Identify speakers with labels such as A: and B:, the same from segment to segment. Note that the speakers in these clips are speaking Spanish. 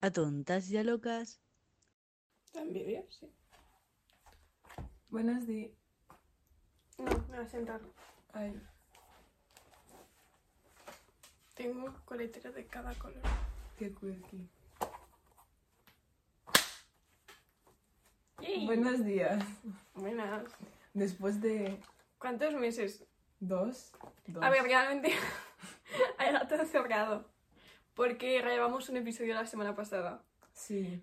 A: A tontas y a locas.
B: También, ¿eh? sí.
C: Buenas de...
B: No, Mm, me voy a sentar.
C: Ay,
B: Tengo coleteras de cada color.
C: qué quirky.
B: Yay.
C: Buenos días.
B: Buenas.
C: Después de
B: ¿Cuántos meses?
C: dos... dos
B: A ver, realmente hay gato cerrado. Porque grabamos un episodio la semana pasada,
C: Sí.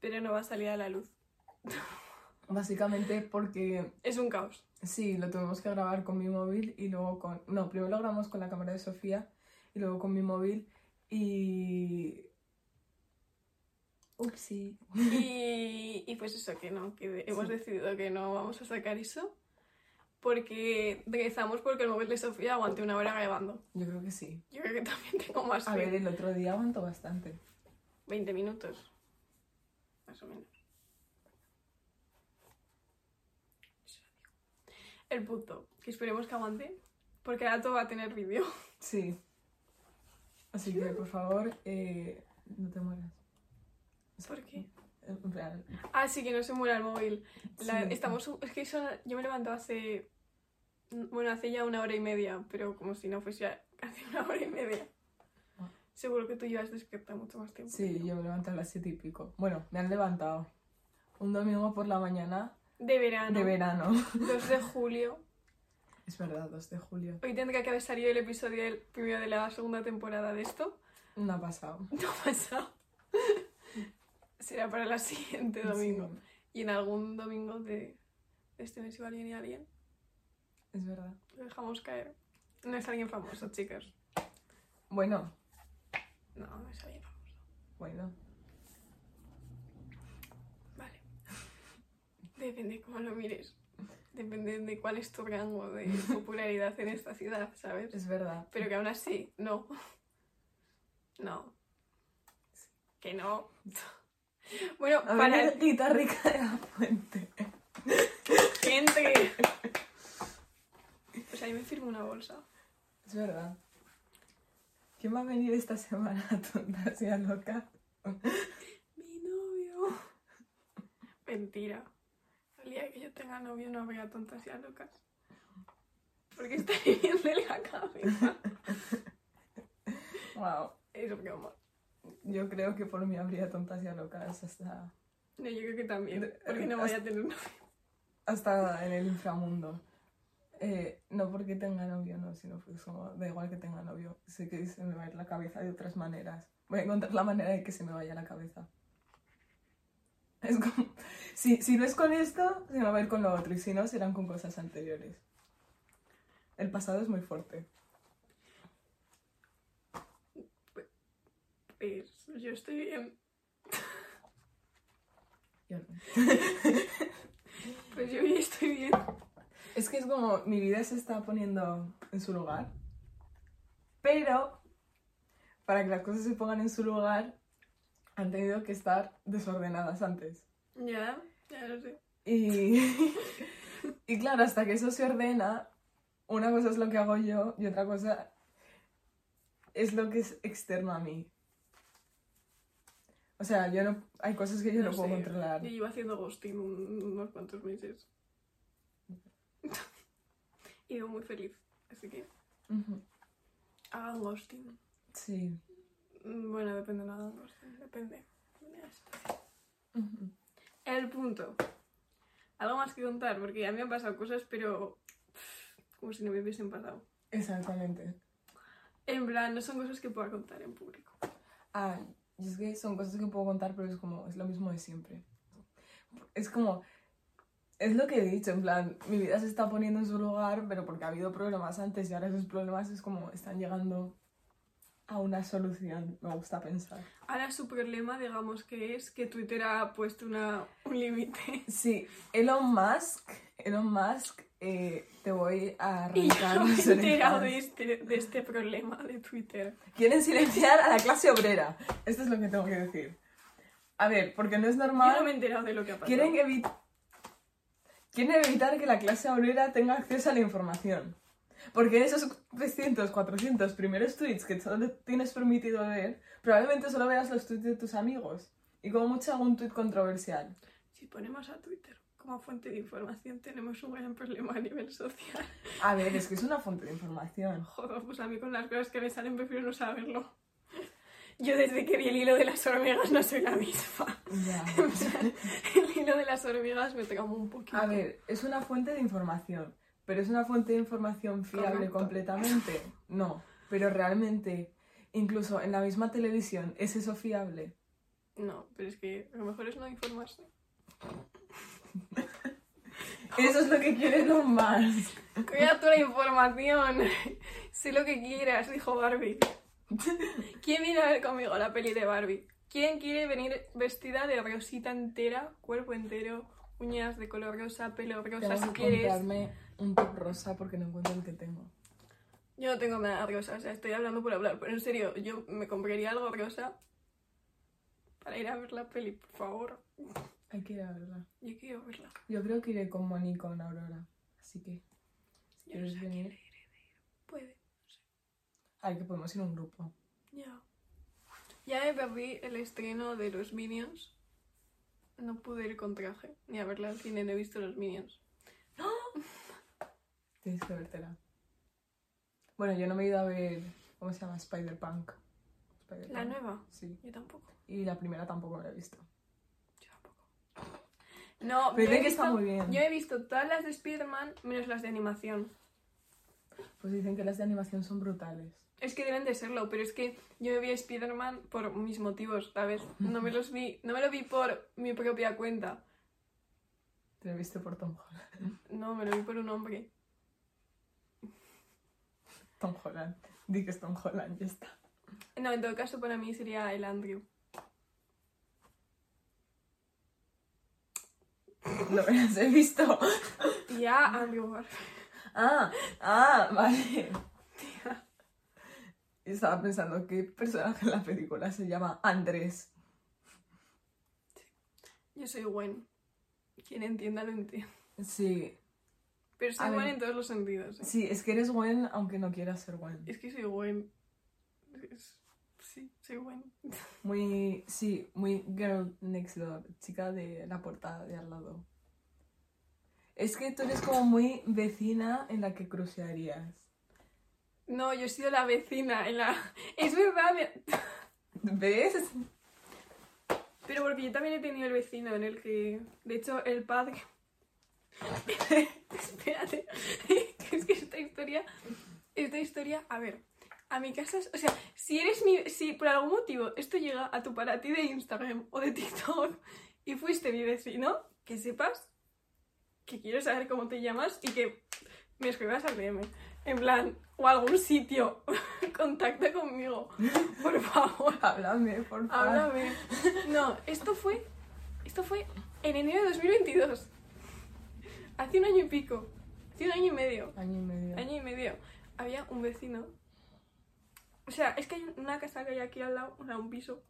B: pero no va a salir a la luz.
C: Básicamente porque...
B: Es un caos.
C: Sí, lo tuvimos que grabar con mi móvil y luego con... No, primero lo grabamos con la cámara de Sofía y luego con mi móvil y... Upsi.
B: Y, y pues eso, que no, que de- hemos
C: Sí.
B: decidido que no vamos a sacar eso. Porque rezamos porque el móvil de Sofía aguante una hora grabando.
C: Yo creo que sí.
B: Yo creo que también tengo más
C: A
B: de
C: ver, el otro día aguantó bastante.
B: 20 minutos. Más o menos. Eso digo. El punto, que esperemos que aguante, porque ahora todo va a tener vídeo.
C: Sí. Así que, por favor, eh, no te mueras.
B: ¿Por qué?
C: En real.
B: Ah, sí, que no se muera el móvil. La-
C: sí.
B: Estamos... Es que son- yo me levanto hace... Bueno, hace ya una hora y media, pero como si no fuese hace una hora y media.
C: Ah.
B: Seguro que tú llevas despierta mucho más tiempo. que
C: Sí, yo me levanto a las siete y pico. Bueno, me han levantado. Un domingo por la mañana
B: De verano.
C: de verano.
B: 2 de julio.
C: Es verdad, 2 de julio.
B: Hoy tendría que haber salido el episodio del primero de la segunda temporada de esto.
C: No ha pasado.
B: No ha pasado. Será para la siguiente domingo.
C: Sí,
B: Y en algún domingo de de este mes igual viene alguien.
C: es verdad.
B: Lo dejamos caer. No es alguien famoso, chicos.
C: Bueno,
B: No, no es alguien famoso.
C: bueno.
B: Vale. Depende cómo lo mires. Depende de cuál es tu rango de popularidad en esta ciudad, ¿sabes?
C: Es verdad.
B: Pero que aún así, no. No. Que no. Bueno,
C: A
B: para
C: ver, guitarrica de la fuente.
B: que entre. Pues ahí me firmo una bolsa.
C: Es verdad. ¿Quién va a venir esta semana a tontas y a loca?
B: Mi novio. Mentira. El día que yo tenga novio no habrá tontas y a locas. Porque está bien de la cabeza.
C: Wow.
B: Es broma.
C: Yo creo que por mí habría tontas y a locas hasta.
B: No, yo creo que también. Porque no voy a tener novio.
C: hasta en el inframundo. Eh, no porque tenga novio, no, sino porque es como, da igual que tenga novio, sé que se me va a ir la cabeza de otras maneras. Voy a encontrar la manera de que se me vaya la cabeza. Es como, si, si no es con esto, se me va a ir con lo otro, y si no, serán con cosas anteriores. El pasado es muy fuerte.
B: Pues yo estoy bien.
C: Yo no.
B: Pues yo ya estoy bien.
C: Es que es como, mi vida se está poniendo en su lugar, pero para que las cosas se pongan en su lugar, han tenido que estar desordenadas antes.
B: Ya, ya lo sé.
C: Y, y claro, hasta que eso se ordena, una cosa es lo que hago yo y otra cosa es lo que es externo a mí. O sea, yo no, hay cosas que yo no, puedo
B: sé.
C: controlar.
B: Yo llevo haciendo ghosting un- unos cuantos meses. y vivo muy feliz. Así que
C: Ujú.
B: hagan ghosting.
C: Sí.
B: Mm, Bueno, depende, no hagan ghosting. Depende. Depende de la situación.
C: Ujú.
B: El punto. Algo más que contar, porque a mí me han pasado cosas, pero pff, como si no me hubiesen pasado.
C: Exactamente.
B: En plan, no son cosas que pueda contar en público.
C: Ah, y es que son cosas que puedo contar, pero es como, es lo mismo de siempre. Es como, es lo que he dicho, en plan, mi vida se está poniendo en su lugar, pero porque ha habido problemas antes y ahora esos problemas es como, están llegando a una solución, me gusta pensar.
B: Ahora su problema, digamos que es que Twitter ha puesto una, un límite.
C: Sí, Elon Musk, Elon Musk, eh, te voy a
B: Y yo
C: arrancar
B: no me
C: las
B: he enterado
C: orejas.
B: de este, de este problema de Twitter.
C: Quieren silenciar a la clase obrera. Esto es lo que tengo que decir. A ver, porque no es normal...
B: Yo no me he enterado de lo que ha pasado.
C: Quieren, evi- quieren evitar que la clase obrera tenga acceso a la información. Porque en esos 300, 400 primeros tweets que solo tienes permitido ver, probablemente solo veas los tweets de tus amigos. Y como mucho algún tweet controversial.
B: Si ponemos a Twitter como fuente de información, tenemos un gran problema a nivel social.
C: A ver, es que es una fuente de información.
B: Joder, pues a mí con las cosas que me salen prefiero no saberlo. Yo desde que vi el hilo de las hormigas no soy la misma.
C: Ya.
B: En plan, el hilo de las hormigas me tocó un poquito.
C: A ver, es una fuente de información, pero es una fuente de información fiable
B: Correcto.
C: completamente. No, pero realmente, incluso en la misma televisión, ¿es eso fiable?
B: No, pero es que lo mejor es no informarse.
C: Eso es lo que quiere Elon Musk.
B: Cuida tu la información. sé lo que quieras, dijo Barbie. ¿Quién viene a ver conmigo la peli de Barbie? ¿Quién quiere venir vestida de rosita entera, cuerpo entero, uñas de color rosa, pelo rosa si
C: Tengo que
B: quieres?
C: comprarme un top rosa porque no encuentro el que tengo.
B: Yo no tengo nada rosa, o sea, estoy hablando por hablar, pero en serio, yo me compraría algo rosa para ir a ver la peli, por favor.
C: Hay que ir a verla.
B: Yo quiero verla.
C: Yo creo que iré con Moni y con Aurora. Así que,
B: Yo no
C: ¿Quieres
B: sé a quién
C: venir?
B: le iré de ir. Puede.
C: hay que podemos ir un grupo.
B: Ya. Ya me perdí el estreno de los Minions. No pude ir con traje, ni a verla al cine, no he visto los Minions.
C: Tienes que vértela. Bueno, yo no me he ido a ver, ¿cómo se llama? Spider-Punk. Spider-Punk.
B: ¿La nueva?
C: Sí.
B: Yo tampoco.
C: Y la primera tampoco me la he visto.
B: Yo tampoco. No,
C: Pero
B: yo, he
C: dicen
B: visto,
C: que está muy bien.
B: yo he visto todas las de Spider-Man menos las de animación.
C: Pues dicen que las de animación son brutales.
B: Es que deben de serlo, pero es que yo me vi Spider-Man por mis motivos, ¿sabes? No me los vi, no me lo vi por mi propia cuenta.
C: Te lo he visto por Tom Holland.
B: No, me lo vi por un hombre.
C: Tom Holland. Di que es Tom Holland, ya está.
B: No, en todo caso para mí sería el Andrew.
C: Lo verás, he visto.
B: Ya, Andrew Garfield.
C: Ah, ah, vale. Estaba pensando qué personaje en la película se llama Andrés.
B: Yo soy Gwen. Quien entienda lo entiende.
C: Sí,
B: Pero soy
C: A
B: Gwen
C: ver.
B: en todos los sentidos. ¿eh?
C: sí, es que eres Gwen aunque no quieras ser Gwen.
B: Es que soy Gwen. Es- Sí, soy Gwen.
C: Muy, sí, muy girl next door, chica de la portada de al lado. Es que tú eres como muy vecina en la que crucearías.
B: No, yo he sido la vecina en la... Es verdad, me-
C: ¿Ves?
B: pero porque yo también he tenido el vecino en el que... De hecho, el padre... Espérate, que es que esta historia... Esta historia, a ver, a mi casa... es- O sea, si eres mi... Si por algún motivo esto llega a tu para ti de Instagram o de TikTok y fuiste mi vecino, que sepas que quiero saber cómo te llamas y que me escribas al DM. En plan, o algún sitio, contacta conmigo, por favor.
C: Háblame, por favor.
B: Háblame. No, esto fue. Esto fue en enero de 2022. Hace un año y pico. Hace un año y medio.
C: Año y medio.
B: Año y medio. Había un vecino. O sea, es que hay una casa que hay aquí al lado, o sea, un piso.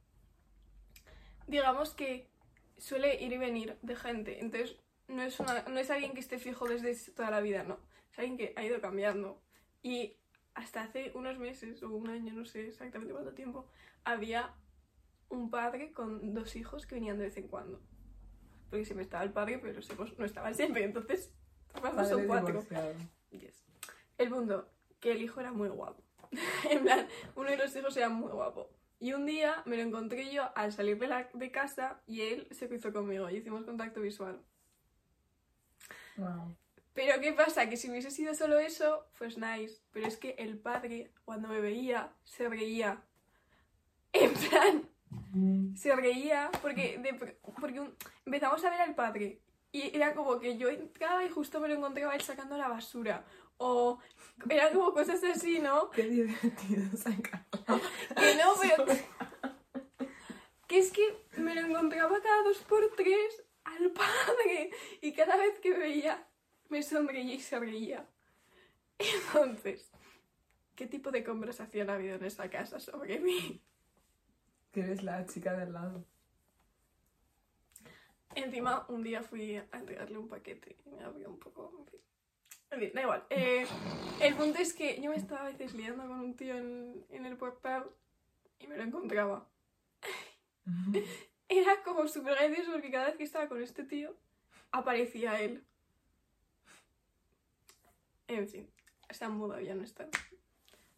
B: Digamos que suele ir y venir de gente. Entonces, no es, una, no es alguien que esté fijo desde toda la vida, no. Es alguien que ha ido cambiando. Y hasta hace unos meses o un año, no sé exactamente cuánto tiempo, había un padre con dos hijos que venían de vez en cuando. Porque siempre estaba el padre, pero los hijos no estaban siempre. Entonces,
C: Padre
B: pasamos son cuatro.
C: divorciado.
B: Yes. El punto, que el hijo era muy guapo. en plan, uno de los hijos era muy guapo. Y un día me lo encontré yo al salir de, la, de casa y él se cruzó conmigo y hicimos contacto visual.
C: Wow.
B: Pero ¿qué pasa? Que si hubiese sido solo eso, pues nice. Pero es que el padre, cuando me veía, se reía. En plan, se reía porque, de pr- porque un- empezamos a ver al padre y era como que yo entraba y justo me lo encontraba él sacando la basura. O era como cosas así, ¿no?
C: Qué divertido sacar.
B: Que no, pero... Que es que me lo encontraba cada dos por tres al padre y cada vez que veía me sonreía y se reía. Entonces, ¿qué tipo de conversación ha habido en esta casa sobre mí?
C: Que eres la chica del lado.
B: Encima, un día fui a entregarle un paquete y me abrió un poco. en fin. En fin, da igual. Eh, el punto es que yo me estaba a veces liando con un tío en, en el portal y me lo encontraba. Era como súper gracioso porque cada vez que estaba con este tío aparecía él. En fin, se han mudado, ya no están.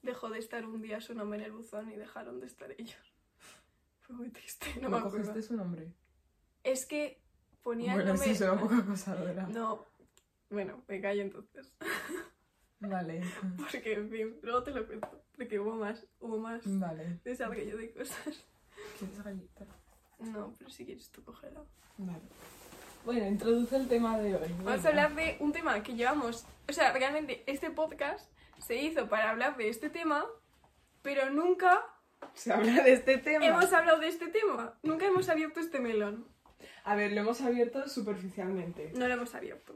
B: Dejó de estar un día su nombre en el buzón y dejaron de estar ellos. Fue muy triste, no me
C: ¿No
B: acuerdo.
C: cogiste su nombre?
B: Es que ponía
C: bueno,
B: el nombre.
C: sí, será un poco acosadora.
B: No, bueno, me callo entonces.
C: Vale,
B: Porque, en fin, luego te lo cuento. Porque hubo más, hubo más
C: vale.
B: desarrollo de cosas.
C: ¿Quieres galleta?
B: No, pero si quieres tú cógela.
C: Vale. Bueno, introduce el tema de hoy.
B: Vamos a hablar de un tema que llevamos. O sea, realmente este podcast se hizo para hablar de este tema, pero nunca
C: Se habla de este tema.
B: hemos hablado de este tema. Nunca hemos abierto este melón.
C: A ver, lo hemos abierto superficialmente.
B: No lo hemos abierto.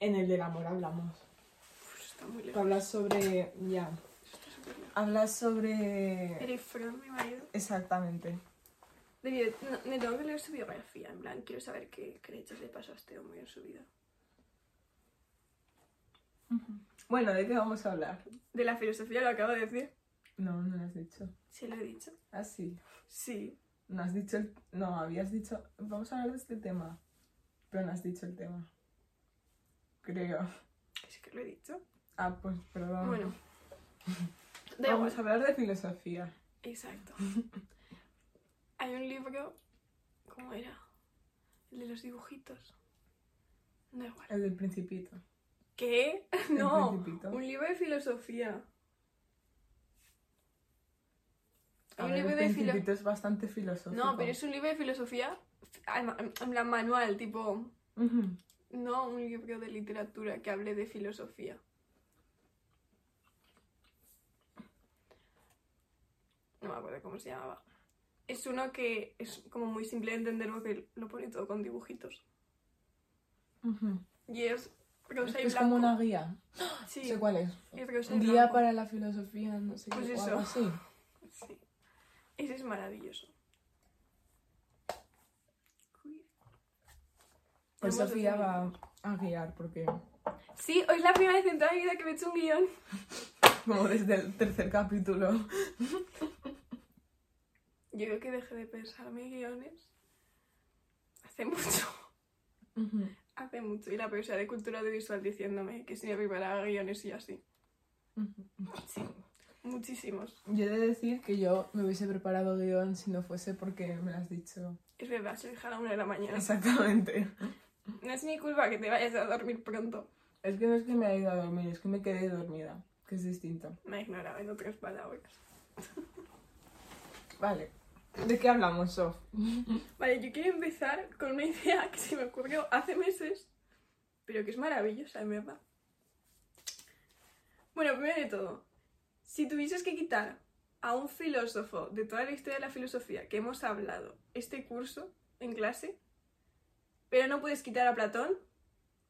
C: En el del amor hablamos.
B: Uf, está muy
C: Tú
B: lejos.
C: hablas sobre. Ya.
B: Está súper lejos.
C: Hablas sobre.
B: Eric Fromm, mi marido.
C: Exactamente.
B: Debí- no, me tengo que leer su biografía, en plan, quiero saber qué, qué leches le pasó a este hombre en su vida.
C: Bueno, ¿de qué vamos a hablar?
B: De la filosofía lo acabo de decir.
C: No, no lo has dicho.
B: ¿Se lo he dicho?
C: Ah, sí.
B: Sí.
C: No has dicho el... No, habías dicho... Vamos a hablar de este tema. Pero no has dicho el tema. Creo.
B: Es que lo he dicho.
C: Ah, pues perdón.
B: Bueno. Da igual.
C: Vamos a hablar de filosofía.
B: Exacto. Hay un libro. ¿Cómo era? El de los dibujitos. Da igual.
C: El del principito.
B: ¿Qué?
C: El
B: No.
C: Principito.
B: Un libro de filosofía.
C: A
B: Un
C: ver,
B: libro
C: el
B: de filosofía.
C: principito es bastante filosófico.
B: No, pero es un libro de filosofía, fi- alma- en plan manual, tipo,
C: Ujú.
B: no un libro de literatura que hable de filosofía. No me acuerdo cómo se llamaba. Es uno que es como muy simple de entender porque lo pone todo con dibujitos.
C: Ujú.
B: Y es rosa y
C: Es
B: blanco.
C: como una guía.
B: Sí,
C: Sé cuál es.
B: es rosa y
C: Guía
B: blanco.
C: para la filosofía, no sé
B: Pues
C: qué. o
B: eso.
C: algo así.
B: Sí. Ese es maravilloso.
C: Pues
B: Hemos
C: Sofía
B: definido.
C: va a guiar porque...
B: Sí, hoy es la primera vez en toda mi vida que me he hecho un guión.
C: Como desde el tercer capítulo.
B: Yo creo que dejé de pensarme guiones hace mucho,
C: Ujú.
B: hace mucho. Y la profesora de cultura audiovisual diciéndome que si me preparaba guiones y yo así.
C: Ujú.
B: Sí, muchísimos.
C: Yo he de decir que yo me hubiese preparado guión si no fuese porque me lo has dicho.
B: Es verdad, se deja a la una de la mañana.
C: Exactamente.
B: No es mi culpa que te vayas a dormir pronto.
C: Es que no es que me haya ido a dormir, es que me quedé dormida, que es distinto.
B: Me ha ignorado en otras palabras.
C: Vale. ¿De qué hablamos, Sof?
B: Vale, yo quiero empezar con una idea que se me ocurrió hace meses, pero que es maravillosa, en verdad. Bueno, primero de todo, si tuvieses que quitar a un filósofo de toda la historia de la filosofía que hemos hablado este curso en clase, pero no puedes quitar a Platón,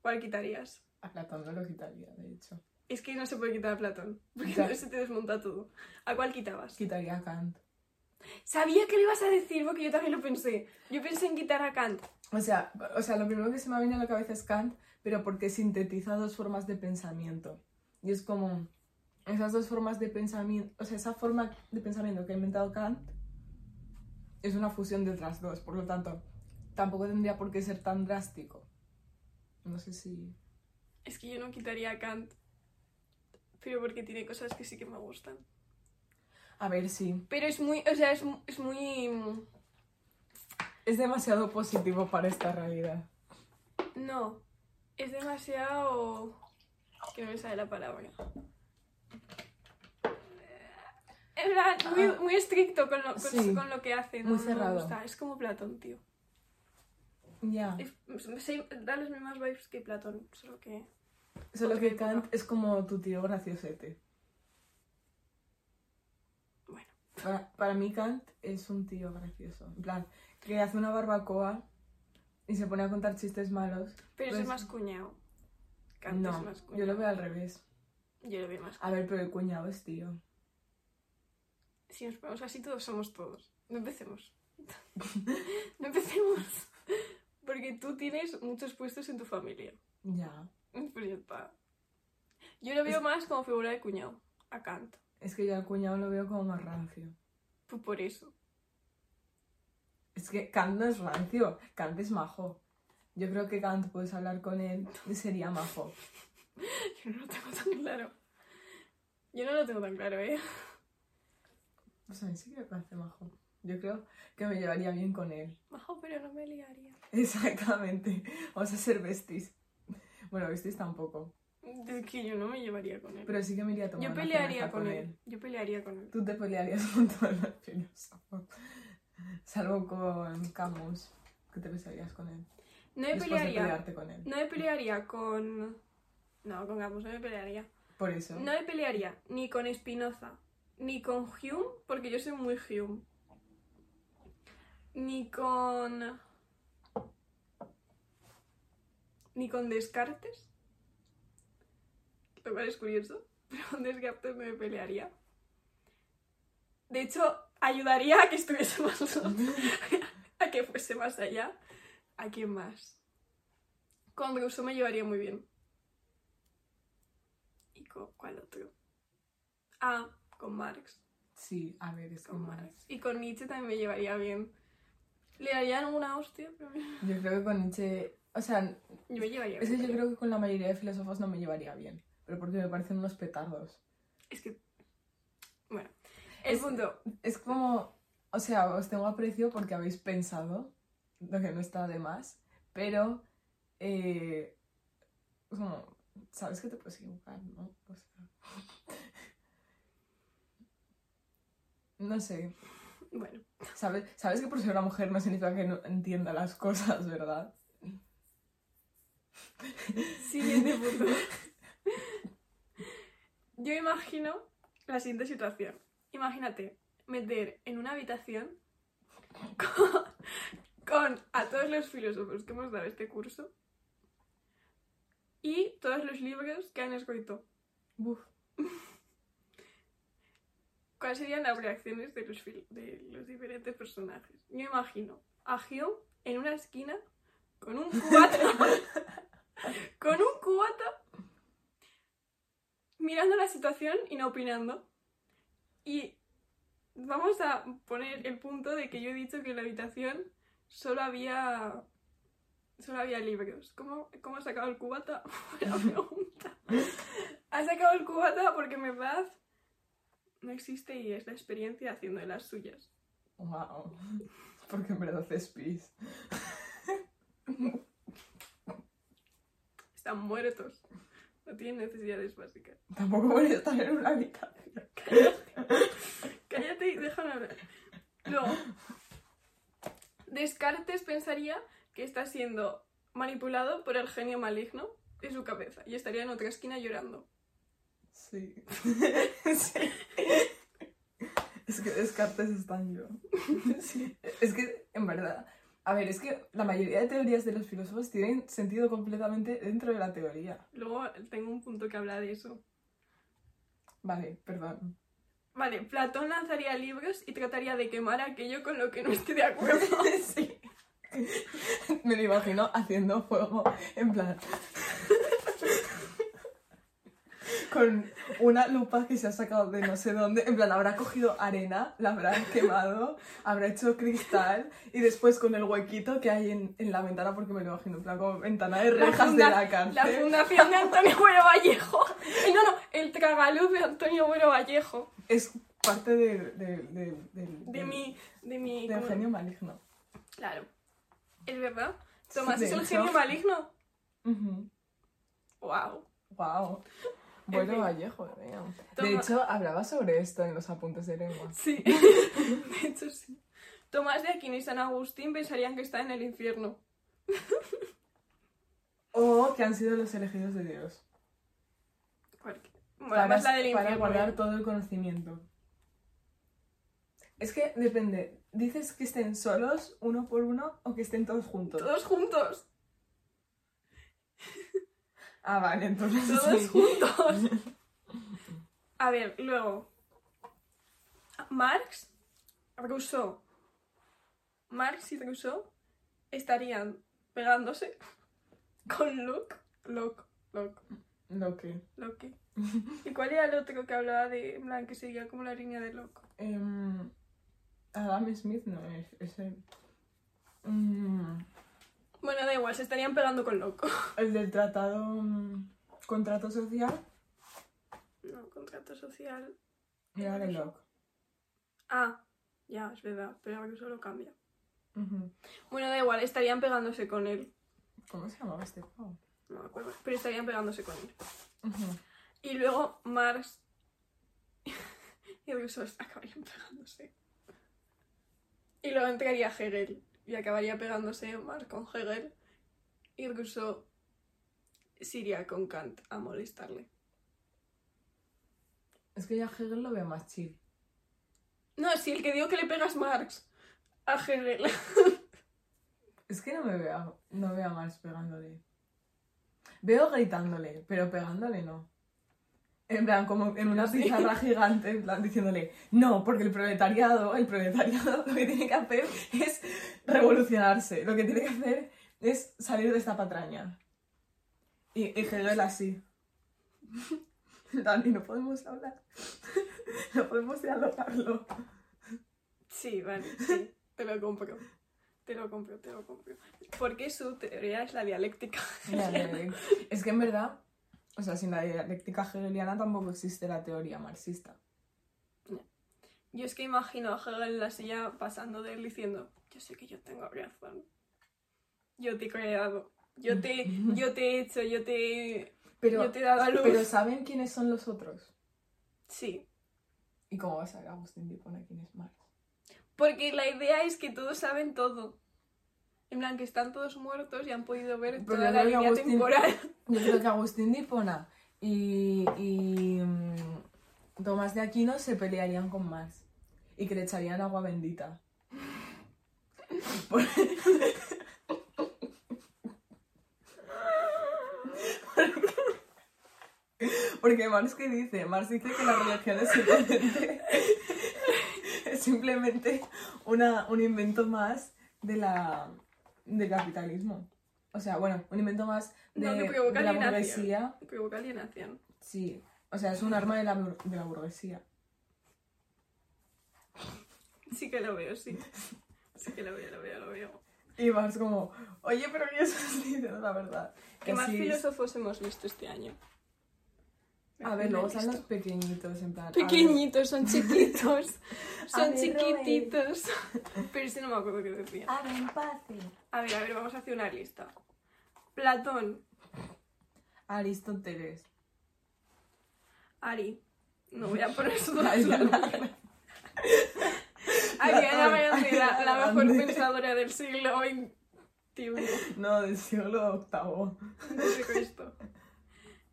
B: ¿cuál quitarías?
C: A Platón no lo quitaría, de hecho.
B: Es que no se puede quitar a Platón, porque
C: Ya.
B: no se te desmonta todo. ¿A cuál quitabas?
C: Quitaría a Kant.
B: Sabía que lo ibas a decir, porque yo también lo pensé. Yo pensé en quitar a Kant.
C: O sea, o sea, lo primero que se me ha venido a la cabeza es Kant, pero porque sintetiza dos formas de pensamiento. Y es como esas dos formas de pensamiento, o sea, esa forma de pensamiento que ha inventado Kant es una fusión de otras dos, por lo tanto, tampoco tendría por qué ser tan drástico. No sé si
B: Es que yo no quitaría a Kant, pero porque tiene cosas que sí que me gustan.
C: a ver si
B: Pero es muy, o sea, es, mu- es muy... mm,
C: es demasiado positivo para esta realidad.
B: No, es demasiado... Que no me sale la palabra. Es verdad, muy, muy estricto con lo, con,
C: Ah. Sí,
B: con lo que hace. No,
C: muy
B: no me
C: cerrado.
B: gusta. Es como Platón, tío.
C: Ya,
B: Es- sí, da las mismas vibes que Platón, solo que...
C: solo que
B: otra época.
C: Kant es como tu tío graciosete.
B: Bueno.
C: Para, para mí Kant es un tío gracioso. En plan, que hace una barbacoa y se pone a contar chistes malos.
B: Pero eso
C: Pues-
B: es más cuñado. Kant es
C: no,
B: más cuñado.
C: yo lo veo al revés.
B: Yo lo veo más
C: A ver, pero el cuñado es tío.
B: Si nos ponemos así, todos somos todos. No empecemos. no empecemos. Porque tú tienes muchos puestos en tu familia.
C: Ya.
B: Pues ya está. Yo lo veo más como figura de cuñado, a Kant.
C: Es que yo al cuñado lo veo como más rancio.
B: Pues por eso.
C: Es que Kant no es rancio, Kant es majo. Yo creo que Kant puedes hablar con él y sería majo.
B: Yo no lo tengo tan claro. Yo no lo tengo tan claro, ¿eh?
C: O sea, sí que me parece majo. Yo creo que me llevaría bien con él.
B: Majo, pero no me liaría.
C: Exactamente. Vamos a ser besties. Bueno, besties tampoco.
B: Es que yo no me llevaría con él.
C: Pero sí que me iría a tomar
B: yo
C: una
B: pelearía
C: cerveza
B: con él. Yo pelearía con él.
C: Tú te pelearías con todos los filósofos. Salvo con Camus, que te besarías con él.
B: No me
C: Después de
B: pelearía.
C: pelearte con él.
B: No me pelearía con. No, con Camus no me pelearía.
C: Por eso.
B: No me pelearía ni con Spinoza, ni con Hume, porque yo soy muy Hume. Ni con. Ni con Descartes. Lo cual es curioso, pero con Descartes no me pelearía. De hecho, ayudaría a que estuviese más. a que fuese más allá. ¿A quién más? Con Rousseau me llevaría muy bien. ¿Y con cuál otro? Ah, con Marx.
C: Sí, a ver, es que
B: Con
C: Marx.
B: Marx. Y con Nietzsche también me llevaría bien. Le daría alguna hostia, pero me-
C: Yo creo que con Nietzsche. O sea,
B: yo me llevaría
C: es que
B: bien.
C: yo creo que con la mayoría de filósofos no me llevaría bien. Pero porque me parecen unos petardos.
B: Es que... Bueno. El
C: Es-
B: punto.
C: Es como. O sea, os tengo aprecio porque habéis pensado, lo que no está de más. Pero. Eh, como, Sabes que te puedes equivocar, ¿no? O sea. No sé.
B: Bueno.
C: ¿Sabes, sabes que por ser una mujer no significa que no entienda las cosas, ¿verdad?
B: Siguiente punto. Yo imagino la siguiente situación. Imagínate meter en una habitación con, con a todos los filósofos que hemos dado este curso y todos los libros que han escrito.
C: Buf.
B: ¿Cuáles serían las reacciones de los, fil- de los diferentes personajes? Yo imagino a Hume en una esquina con un cubata. con un cubata. Mirando la situación y no opinando. Y vamos a poner el punto de que yo he dicho que en la habitación solo había. Solo había libros. ¿Cómo, cómo ha sacado el cubata? Buena pregunta. Ha sacado el cubata porque en verdad no existe y es la experiencia haciendo de las suyas.
C: Wow. Porque en verdad es pis.
B: Están muertos. No tienen necesidades básicas.
C: Tampoco voy a estar en una habitación.
B: Cállate y déjame hablar. Luego, Descartes pensaría que está siendo manipulado por el genio maligno de su cabeza y estaría en otra esquina llorando.
C: Sí. sí. Es que Descartes están yo. Es que, en verdad. A ver, es que la mayoría de teorías de los filósofos tienen sentido completamente dentro de la teoría.
B: Luego tengo un punto que habla de eso.
C: Vale, perdón.
B: Vale, Platón lanzaría libros y trataría de quemar aquello con lo que no esté de acuerdo.
C: Sí. Me lo imagino haciendo fuego, en plan. Con una lupa que se ha sacado de no sé dónde, en plan, habrá cogido arena, la habrá quemado, habrá hecho cristal y después con el huequito que hay en, en la ventana, porque me lo imagino, en plan, como ventana de rejas
B: funda-
C: de la
B: la
C: cárcel.
B: fundación de Antonio Güero Vallejo. Eh, no, no, el tragaluz de Antonio Güero Vallejo.
C: es parte de, de, de- del-
B: De
C: del-
B: mi. De mi.
C: del
B: ¿cómo?
C: genio maligno.
B: Claro. Es verdad. Tomás
C: De
B: es el
C: hecho.
B: genio maligno.
C: Ujú.
B: Wow.
C: Wow.
B: En
C: Bueno,
B: fin.
C: Vallejo, damn.
B: Toma.
C: De hecho, hablaba sobre esto en los apuntes de lengua.
B: Sí. de hecho, sí. Tomás de Aquino y San Agustín pensarían que está en el infierno.
C: O que han sido los elegidos de Dios.
B: Cualquier- Bueno, además la del
C: para
B: infierno.
C: guardar
B: ¿eh?
C: todo el conocimiento. Es que depende. ¿Dices que estén solos, uno por uno, o que estén todos juntos?
B: Todos juntos.
C: Ah, vale, entonces.
B: Todos
C: sí.
B: juntos. A ver, luego. Marx, Rousseau. Marx y Rousseau estarían pegándose con Locke. Locke, Locke,
C: Lo que.
B: Locke. ¿Y cuál era el otro que hablaba de, en plan, que seguía como la línea de loco?
C: Em, Adam Smith no es, es el... Mm,
B: Bueno, da igual, se estarían pegando con loco.
C: el del tratado... mm, contrato social
B: No, contrato social.
C: y ahora el lock.
B: Ah, ya, es verdad, pero ahora que solo cambia. Bueno, da igual, estarían pegándose con él.
C: ¿Cómo se llamaba este juego?
B: No me acuerdo, pero estarían pegándose con él.
C: Ujú.
B: Y luego Mars y Roussos acabarían pegándose. Y luego entraría Hegel y acabaría pegándose Mars con Hegel y Rousseau se iría con Kant a molestarle.
C: Es que ya Hegel lo veo más chill.
B: No, si el que digo que le pegas Marx a Hegel.
C: Es que no me veo, no veo a Marx pegándole. Veo gritándole, pero pegándole no. En plan, como en una
B: Sí.
C: pizarra gigante, en plan, diciéndole, no, porque el proletariado, el proletariado lo que tiene que hacer es revolucionarse, lo que tiene que hacer es salir de esta patraña. Y, y Hegel así. Dani, no podemos hablar. No podemos dialogarlo.
B: Sí, vale, sí, te lo compro. Te lo compro, te lo compro. Porque su teoría es la dialéctica.
C: Ya, ya, ya. es que en verdad, o sea, sin la dialéctica hegeliana tampoco existe la teoría marxista.
B: Yo es que imagino a Hegel en la silla pasando de él diciendo, yo sé que yo tengo razón. Yo te he creado. Yo te, yo te he hecho, yo te...
C: Pero,
B: Yo te he dado a luz.
C: pero ¿saben quiénes son los otros?
B: Sí.
C: ¿Y cómo vas a ver Agustín que pone quién es Marx?
B: Porque la idea es que todos saben todo. En plan, que están todos muertos y han podido ver
C: Pero
B: toda
C: yo
B: la
C: creo que
B: línea
C: Agustín-
B: temporal.
C: Yo creo que Agustín de Hipona y, y mm, Tomás de Aquino se pelearían con Marx y que le echarían agua bendita. Por- Porque Marx que dice, Marx dice que la religión es simplemente, es simplemente una, un invento más de la, del capitalismo. O sea, bueno, un invento más de,
B: No, que provoca
C: de la
B: alienación.
C: burguesía.
B: Provoca alienación.
C: Sí, o sea, es un arma de la, bur- de la burguesía.
B: Sí que lo veo, sí. Sí que lo veo, lo veo, lo veo.
C: Y Marx como, oye, pero yo estás diciendo la verdad.
B: ¿Qué más
C: sí,
B: filósofos hemos visto este año?
C: A ver, luego
B: Listo.
C: están los pequeñitos, en plan... a ver,
B: Pequeñitos, son chiquitos. Son
A: ver,
B: chiquititos. Pero ese no me acuerdo qué decía.
A: A ver, fácil.
B: A ver, a ver, vamos a hacer una lista. Platón,
C: Aristóteles.
B: Ari. No voy a poner su
C: Ariana.
B: Ariana
C: Platón,
B: Grande, la, la
C: Ariana
B: mejor
C: Grande.
B: pensadora del siglo XXI.
C: No, del siglo VIII.
B: Desde Cristo.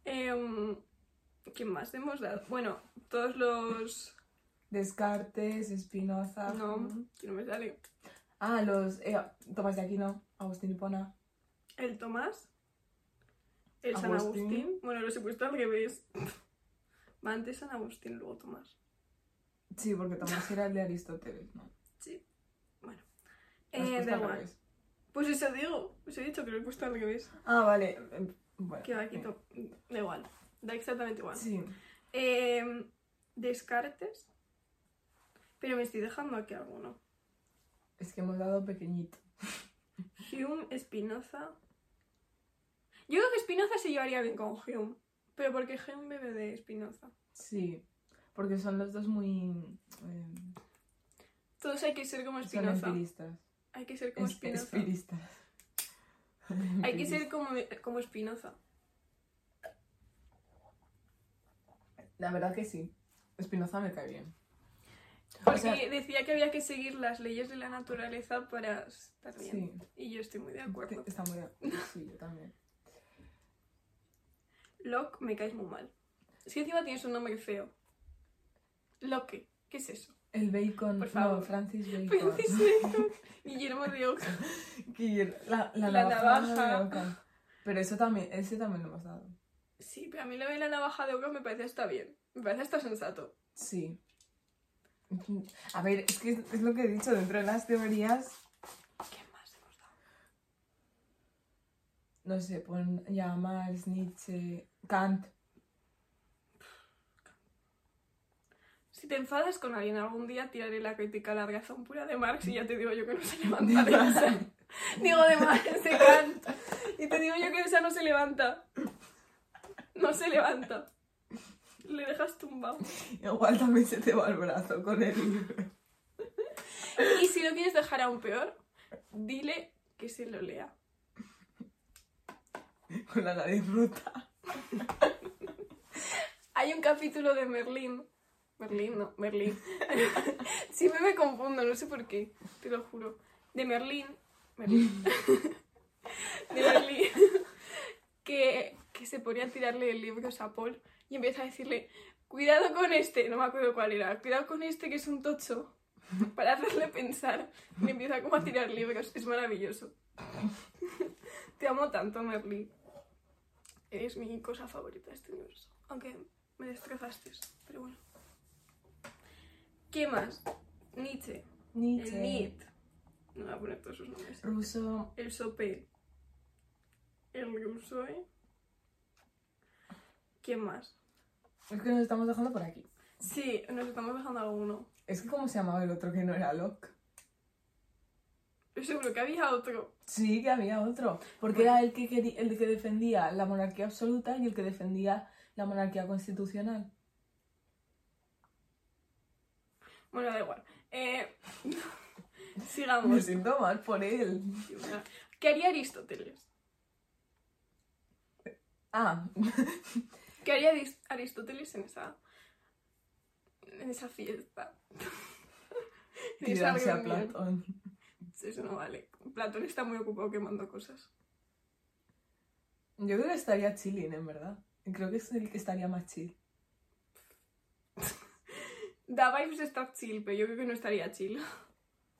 B: Em, ¿Qué más hemos dado? Bueno, todos los.
C: Descartes, Espinoza...
B: No, que no me sale.
C: Ah, los... eh, Tomás de Aquino, Agustín Hipona.
B: El Tomás. El San
C: Agustín.
B: Agustín. Bueno, los he puesto al revés. Va antes San Agustín, luego Tomás.
C: Sí, porque Tomás era el de Aristóteles, ¿no? Lo has
B: Eh,
C: puesto
B: da
C: al
B: igual.
C: revés.
B: Pues eso digo. Os he dicho que lo he puesto al revés.
C: Ah, vale. eh, Bueno,
B: Que va,
C: eh,
B: quito. Da igual. Da exactamente igual.
C: Sí.
B: Em, Descartes. Pero me estoy dejando aquí alguno.
C: Es que hemos dado pequeñito.
B: Hume, Spinoza. Yo creo que Spinoza se llevaría bien con Hume. Pero porque Hume bebe de Spinoza.
C: Sí, porque son los dos muy... eh,
B: Todos hay que ser como
C: son
B: Spinoza.
C: empiristas.
B: Hay que ser como
C: Es-
B: Spinoza.
C: espiristas.
B: Hay que ser
C: Empiristas.
B: como, como Spinoza.
C: La verdad que sí. Espinoza me cae bien.
B: Porque
C: O sea-
B: decía que había que seguir las leyes de la naturaleza para estar bien.
C: Sí.
B: Y yo estoy muy de
C: Te-
B: acuerdo.
C: Está muy... bien. Sí, yo también.
B: Locke, me caes muy mal. Es que encima tienes un nombre feo. Locke, ¿qué es eso?
C: El bacon...
B: Por favor.
C: No, Francis Bacon.
B: Francis Bacon, Guillermo de Oca.
C: Kier, La, la,
B: La
C: navaja. de
B: navaja.
C: Oca. Pero eso también, ese también lo hemos dado.
B: Sí, pero a mí lo de la navaja de Oca me parece hasta bien. Me parece hasta sensato.
C: Sí. A ver, es que es, es lo que he dicho, dentro de las teorías,
B: ¿Qué más hemos dado?
C: no sé, pon ya Marx, Nietzsche, Kant.
B: Si te enfadas con alguien algún día, tiraré la crítica a la razón pura de Marx y ya te digo yo que no se levanta de esa. Digo de Marx, de Kant. Y te digo yo que esa no se levanta. No se levanta. Le dejas tumbado.
C: Igual también se te va el brazo con el libro.
B: Y si lo quieres dejar aún peor, dile que se lo lea.
C: Con la nariz rota.
B: Hay un capítulo de Merlín. Merlín, no, Merlín. Siempre me confundo, no sé por qué, te lo juro. De Merlín. Merlín. de Merlín. que, que se ponía a tirarle el libro a Paul y empieza a decirle: Cuidado con este, no me acuerdo cuál era, cuidado con este que es un tocho. Para hacerle pensar, y empieza como a tirar libros. Es maravilloso. Te amo tanto, Merlín. Eres mi cosa favorita de este universo. Aunque me destrozaste, pero bueno. ¿Qué más? Nietzsche. El Nietzsche. No voy a poner todos sus nombres.
C: Ruso.
B: El Sopé. El Rousseau. ¿Quién más?
C: Es que nos estamos dejando por aquí.
B: Sí, nos estamos dejando alguno.
C: Es que cómo se llamaba el otro que no era Locke.
B: Yo seguro que había otro.
C: Sí, que había otro. Porque era el que, quería, el que defendía la monarquía absoluta y el que defendía la monarquía constitucional.
B: Bueno, da igual. Eh,
C: Me
B: sigamos.
C: siento mal por él.
B: ¿Qué haría Aristóteles?
C: Ah,
B: ¿Qué haría Aris- Aristóteles en esa, en esa fiesta? en esa
C: tirarse a
B: reunión.
C: Platón.
B: Eso no vale. Platón está muy ocupado quemando cosas.
C: Yo creo que estaría chilling, en verdad. Creo que es el que estaría más chill.
B: Da vibes de estar chill, pero yo creo que no estaría chill.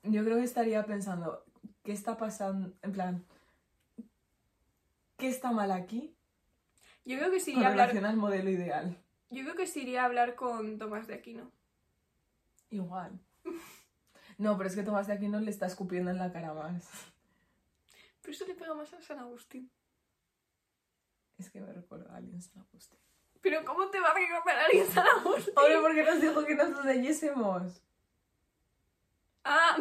C: Yo creo que estaría pensando, ¿qué está pasando? En plan, ¿qué está mal aquí?
B: Yo creo que sí
C: Con
B: iría a hablar,
C: relación al modelo ideal.
B: yo creo que sí iría a hablar con Tomás de Aquino.
C: Igual. No, pero es que Tomás de Aquino le está escupiendo en la cara más.
B: Pero eso le pega más a San Agustín.
C: Es que me recuerda a alguien San Agustín.
B: Pero ¿cómo te va a recordar alguien San Agustín?
C: Hombre, ¿por qué nos dijo que nos lo leyésemos?
B: Ah,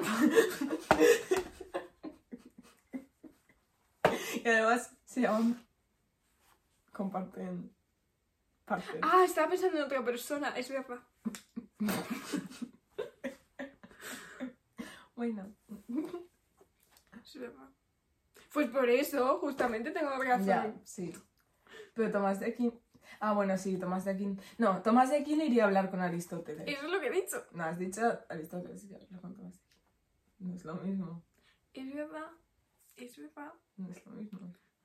C: Y además se llaman... Comparten... Partes.
B: ah, estaba pensando en otra persona, es verdad.
C: Bueno.
B: Es verdad. Pues por eso, justamente tengo razón.
C: Ya, sí. Pero Tomás de Aquino... Ah, bueno, sí, Tomás de Aquino... No, Tomás de Aquino iría a hablar con Aristóteles.
B: Eso es lo que he dicho.
C: No, has dicho Aristóteles iría a hablar con Tomás de Aquino. No es lo mismo.
B: Es verdad. Es verdad.
C: No es lo mismo.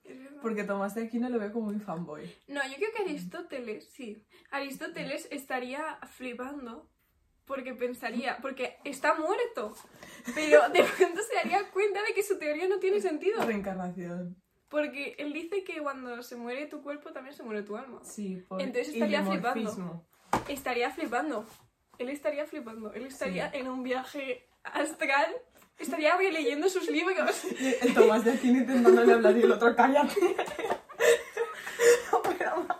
B: Es verdad.
C: Porque Tomás de Aquino lo veo como un fanboy.
B: No, yo creo que Aristóteles, sí. Aristóteles estaría flipando porque pensaría, porque está muerto, pero de pronto se daría cuenta de que su teoría no tiene sentido.
C: Reencarnación.
B: Porque él dice que cuando se muere tu cuerpo también se muere tu alma.
C: Sí, por
B: Entonces estaría flipando.
C: ilimorfismo.
B: Estaría flipando. Él estaría flipando. Él estaría en un viaje astral. Estaría releyendo sus libros.
C: El Tomás de Aquino intentándole hablar y el otro cállate. No, pero más.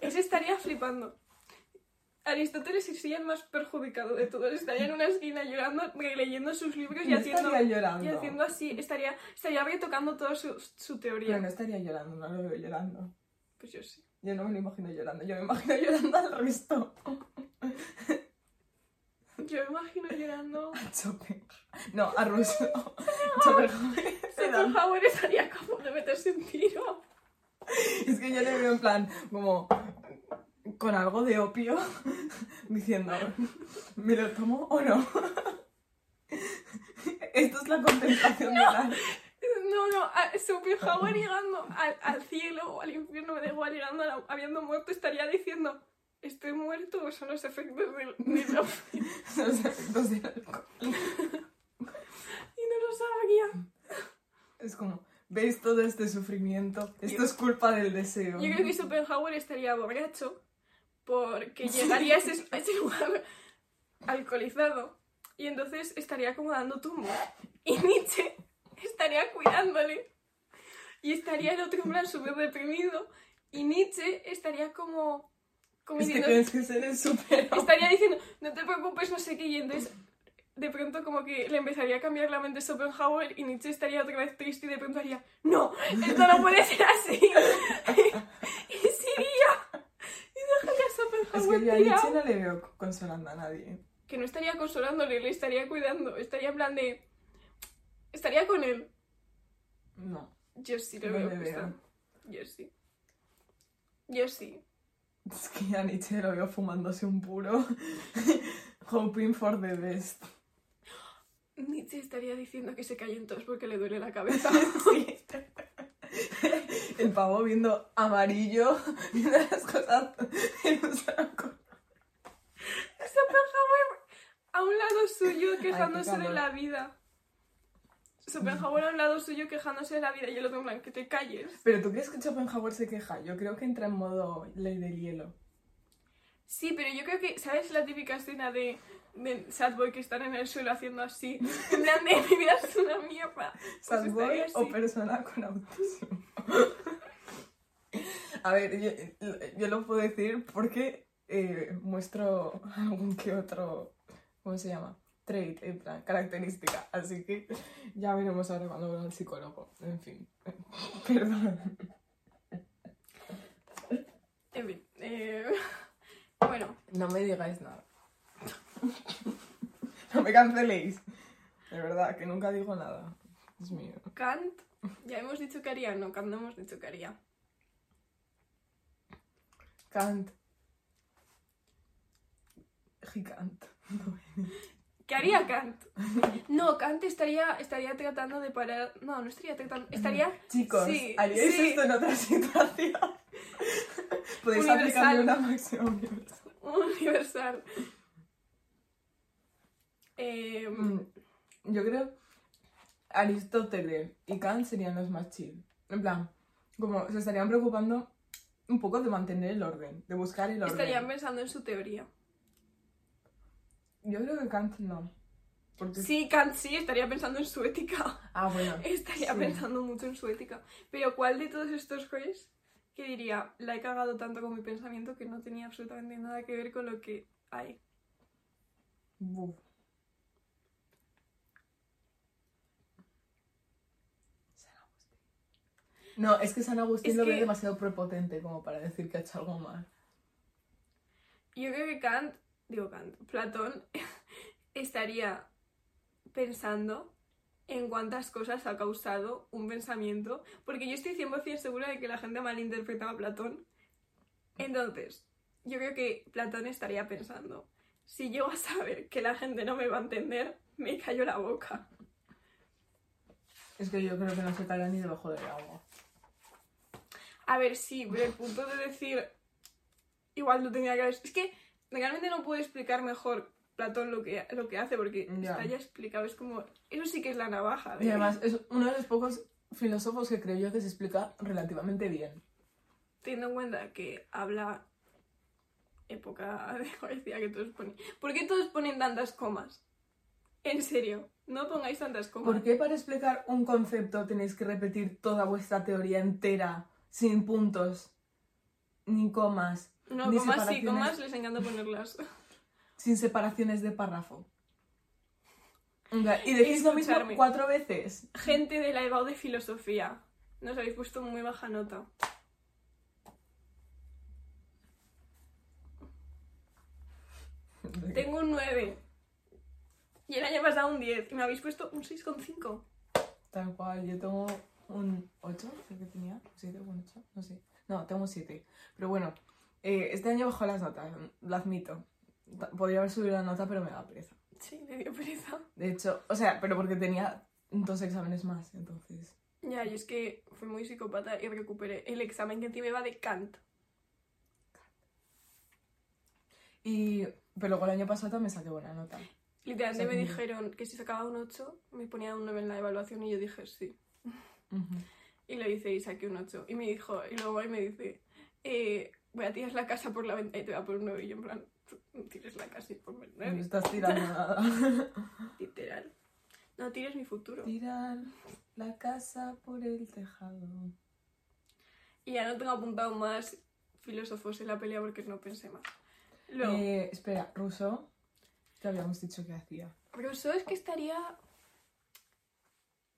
B: Ese estaría flipando. Aristóteles sería el más perjudicado de todos. Estaría en una esquina llorando, leyendo sus libros y
C: No
B: haciendo,
C: estaría llorando.
B: y haciendo así. Estaría, estaría retocando toda su, su teoría.
C: Pero no estaría llorando, no lo veo llorando.
B: Pues yo sí.
C: Yo no me lo imagino llorando, yo me imagino llorando al resto.
B: Yo me imagino llorando.
C: Schopenhauer. No, a Russo. Schopenhauer.
B: Schopenhauer estaría capaz de meterse un tiro.
C: Es que yo le veo en plan, como con algo de opio, diciendo, ¿me lo tomo o no? Esto es la contemplación de la...
B: No, no, a- Schopenhauer llegando al, al cielo o al infierno, me da igual, llegando a la- habiendo muerto, estaría diciendo: ¿Estoy muerto o son los efectos del, del opio?".
C: los efectos del alcohol.
B: Y no lo sabría.
C: Es como, ¿veis todo este sufrimiento? Esto es culpa del deseo.
B: Yo creo que Schopenhauer estaría borracho porque llegaría a ese, a ese lugar alcoholizado y entonces estaría como dando tumbo. Y Nietzsche estaría cuidándole y estaría el otro en plan súper deprimido y Nietzsche estaría como como
C: Es que
B: diciendo-
C: tienes que ser el super
B: estaría diciendo, no te preocupes, no sé qué, y entonces de pronto como que le empezaría a cambiar la mente a Schopenhauer y Nietzsche estaría otra vez triste y de pronto haría, no, esto no puede ser así. y se iría y dejaría a
C: Es que
B: Schopenhauer
C: yo a
B: tirado.
C: Nietzsche no le veo consolando a nadie.
B: Que no estaría consolándole, le estaría cuidando, estaría en plan de... Estaría con él.
C: No.
B: Yo sí lo
C: No
B: veo.
C: le veo.
B: justo. Yo sí. Yo sí.
C: Es que a Nietzsche lo veo fumándose un puro. Hoping for the best.
B: Nietzsche estaría diciendo que se callen todos porque le duele la cabeza.
C: Sí. El pavo viendo amarillo, viendo las cosas en un saco.
B: Schopenhauer a un lado suyo quejándose de
C: calor.
B: la vida. Schopenhauer a un lado suyo quejándose de la vida y el otro en plan, que te calles.
C: Pero tú crees que Schopenhauer se queja. Yo creo que entra en modo ley del hielo.
B: Sí, pero yo creo que, ¿sabes la típica escena de, de Sad Boy que están en el suelo haciendo así? En plan de, mi vida es una mierda. Pues
C: Sad boy
B: estaría
C: o
B: así.
C: persona con autismo. A ver, yo, yo lo puedo decir porque eh, muestro algún que otro, ¿cómo se llama? Trait, en plan, característica. Así que ya veremos ahora cuando veo al psicólogo. En fin, perdón.
B: En fin, eh, bueno,
C: No me digáis nada. No me canceléis. De verdad, que nunca digo nada. Es mío.
B: Kant, ya hemos dicho que haría, no, Kant no hemos dicho que haría.
C: Kant. Gigant.
B: ¿Qué haría Kant? No, Kant estaría, estaría tratando de parar... No, no estaría tratando... Estaría
C: Chicos,
B: Sí,
C: haríais
B: sí.
C: esto en otra situación. Podéis
B: Universal.
C: aplicarle una máxima universal.
B: Universal. Eh,
C: Mm, Yo creo Aristóteles y Kant serían los más chill. En plan, como se estarían preocupando un poco de mantener el orden, de buscar el orden.
B: estarían pensando en su teoría.
C: Yo creo que Kant no. Porque...
B: Sí, Kant sí, estaría pensando en su ética.
C: Ah, bueno.
B: Estaría
C: Sí.
B: pensando mucho en su ética. Pero ¿cuál de todos estos crees que diría, la he cagado tanto con mi pensamiento que no tenía absolutamente nada que ver con lo que hay?
C: Buf. San Agustín. No, es que San Agustín
B: Es
C: lo ve
B: que-
C: demasiado prepotente como para decir que ha hecho algo mal.
B: Yo creo que Kant, digo Kant, Platón estaría pensando en cuántas cosas ha causado un pensamiento, porque yo estoy 100% segura de que la gente malinterpretaba a Platón. Entonces, yo creo que Platón estaría pensando, si llego a saber que la gente no me va a entender, me callo la boca.
C: Es que yo creo que no se caerá ni debajo del agua.
B: A ver, sí, pero el punto de decir, igual lo tenía que haber... Es que realmente no puedo explicar mejor Platón lo que, lo que hace porque
C: Ya.
B: está ya explicado. Es como, eso sí que es la navaja. ¿eh?
C: Y
B: de-
C: además es uno de los pocos filósofos que creo yo que se explica relativamente bien.
B: Teniendo en cuenta que habla época de Grecia que todos ponen... ¿Por qué todos ponen tantas comas? En serio, no pongáis tantas comas.
C: ¿Por qué para explicar un concepto tenéis que repetir toda vuestra teoría entera, sin puntos, ni comas,
B: No,
C: Ni
B: comas sí,
C: separaciones.
B: comas les encanta ponerlas.
C: sin separaciones de párrafo? Venga, Y decís lo mismo
B: Escucharme.
C: cuatro veces.
B: Gente de la EVA o de filosofía. Nos habéis puesto muy baja nota. Tengo un 9. Y el año pasado un 10. Y me habéis puesto un 6,5.
C: Tal cual, yo tengo un 8, creo que tenía, 7 o un 8, no sé. No, tengo un 7. Pero bueno, eh, este año bajó las notas, lo admito. Ta- Podría haber subido la nota, pero me da pereza.
B: Sí, me dio pereza.
C: De hecho, o sea, pero porque tenía dos exámenes más, entonces.
B: Ya, y es que fui muy psicópata y recuperé el examen que encima iba de Kant.
C: Y, pero luego el año pasado también saqué buena nota.
B: Literalmente
C: Sí.
B: me dijeron que si sacaba un 8, me ponía un 9 en la evaluación y yo dije sí.
C: Ujú.
B: Y lo hice y saqué un 8. Y me dijo, y luego ahí me dice, eh, voy a tirar la casa por la ventana y te va por un 9. Y yo en plan, "No tires la casa y ponme el
C: No
B: 9.
C: estás tirando nada.
B: Literal. No tires mi futuro.
C: Tirar la casa por el tejado.
B: Y ya no tengo apuntado más filósofos en la pelea porque no pensé más. Luego,
C: Eh, espera, Rousseau, que habíamos dicho que hacía.
B: Rousseau es que estaría...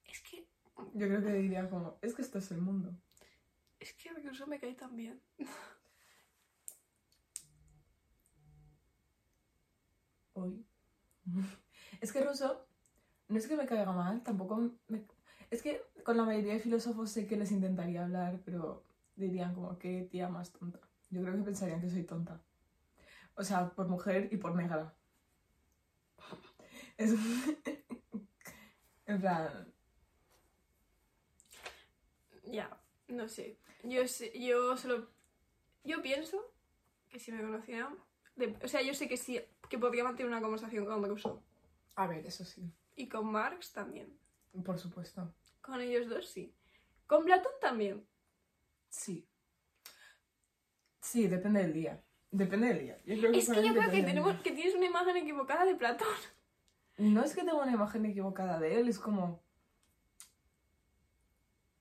B: Es que...
C: Yo creo que diría como, es que esto es el mundo.
B: Es que Rousseau me cae tan bien.
C: Hoy. es que Rousseau, no es que me caiga mal, tampoco me... Es que con la mayoría de filósofos sé que les intentaría hablar, pero dirían como, qué tía más tonta. Yo creo que pensarían que soy tonta. O sea, por mujer y por negra. Es... en plan,
B: Ya, no sé. Yo, sé- yo solo... Yo pienso que si me conocieran... de- o sea, yo sé que sí, que podría mantener una conversación con Rousseau.
C: a ver, eso sí,
B: Y con Marx también.
C: por supuesto.
B: Con ellos dos sí. Con Platón también.
C: Sí. Sí, depende del día. Depende del día. Yo creo
B: Es que yo
C: también
B: creo
C: depende
B: que
C: del
B: tenemos
C: día.
B: que tienes una imagen equivocada de Platón.
C: No es que tenga una imagen equivocada de él, es como...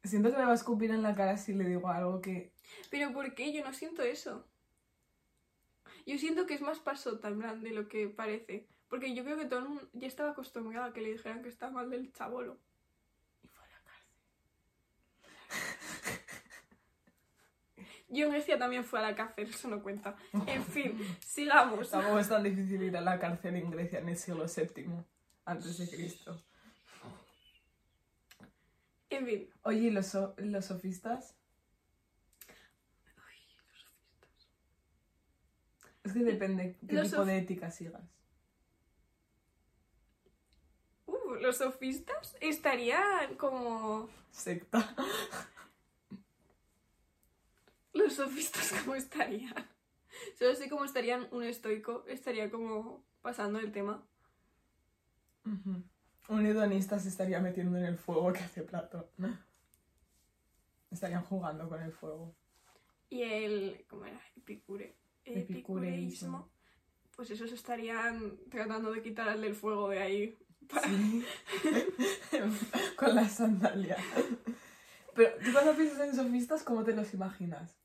C: Siento que me va a escupir en la cara si le digo algo que...
B: Pero ¿por qué? Yo no siento eso. Yo siento que es más pasota, en plan, de lo que parece. Porque yo creo que todo el mundo ya estaba acostumbrado a que le dijeran que está mal del chabolo.
C: Y fue a la cárcel.
B: Yo en Grecia también fue a la cárcel, eso no cuenta. En fin, sigamos.
C: Tampoco es tan difícil ir a la cárcel en Grecia en el siglo VII antes de Cristo.
B: En fin.
C: Oye, ¿y los, so- los sofistas? Es que depende qué
B: Los
C: tipo
B: sof-
C: de ética sigas.
B: Uh, los sofistas estarían como...
C: Secta.
B: Los sofistas cómo estarían. Solo sé cómo estarían un estoico. Estaría como pasando el tema.
C: Ujú. Un hedonista se estaría metiendo en el fuego que hace Platón. Estarían jugando con el fuego.
B: Y el... ¿Cómo era? Epicure.
C: Epicureísmo.
B: Epicureísmo. Pues esos estarían tratando de quitar al del fuego de ahí. Para-
C: Sí. con las sandalias. Pero tú cuando piensas en sofistas, ¿cómo te los imaginas?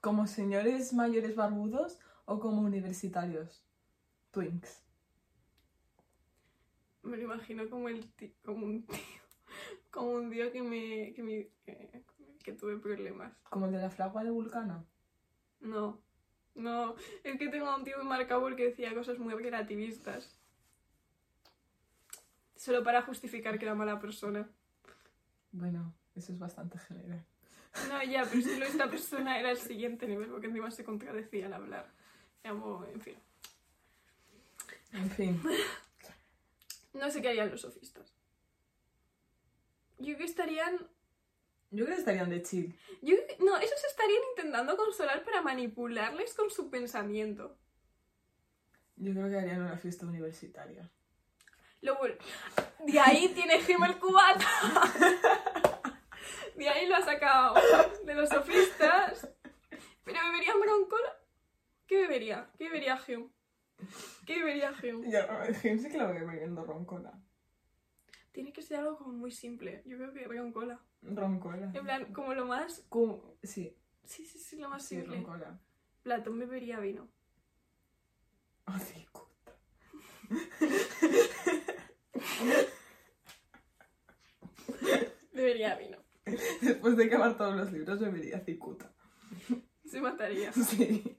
C: ¿Como señores mayores barbudos o como universitarios? Twinks.
B: Me lo imagino como el ti- como un tío. Como un tío que me... Que, me- que- que tuve problemas.
C: ¿Como el de la fragua de Vulcano?
B: No. No. Es que tengo a un tío muy marcado porque decía cosas muy relativistas. Solo para justificar que era mala persona.
C: Bueno, eso es bastante general.
B: No, ya, pero solo esta persona era el siguiente nivel, porque encima se contradecía al hablar. Era como, en fin.
C: En fin.
B: No sé qué harían los sofistas. Yo que estarían...
C: Yo creo que estarían de chill.
B: Yo, creo que- no, esos estarían intentando consolar para manipularles con su pensamiento.
C: Yo creo que harían una fiesta universitaria.
B: Lo bueno. De ahí tiene gema el cubata. De ahí lo ha sacado. De los sofistas. Pero beberían broncola. ¿Qué bebería? ¿Qué bebería Hume? ¿Qué bebería Hume?
C: Yo, Jim sí que lo veo bebiendo roncola.
B: Tiene que ser algo como muy simple. Yo creo que broncola.
C: Roncola.
B: En plan, como lo más.
C: Como- Sí,
B: Sí, sí, sí, lo más
C: sí,
B: simple.
C: roncola.
B: Platón bebería vino.
C: Así, cuta.
B: Bebería vino.
C: Después de quemar todos los libros, bebería cicuta.
B: Se mataría.
C: Sí.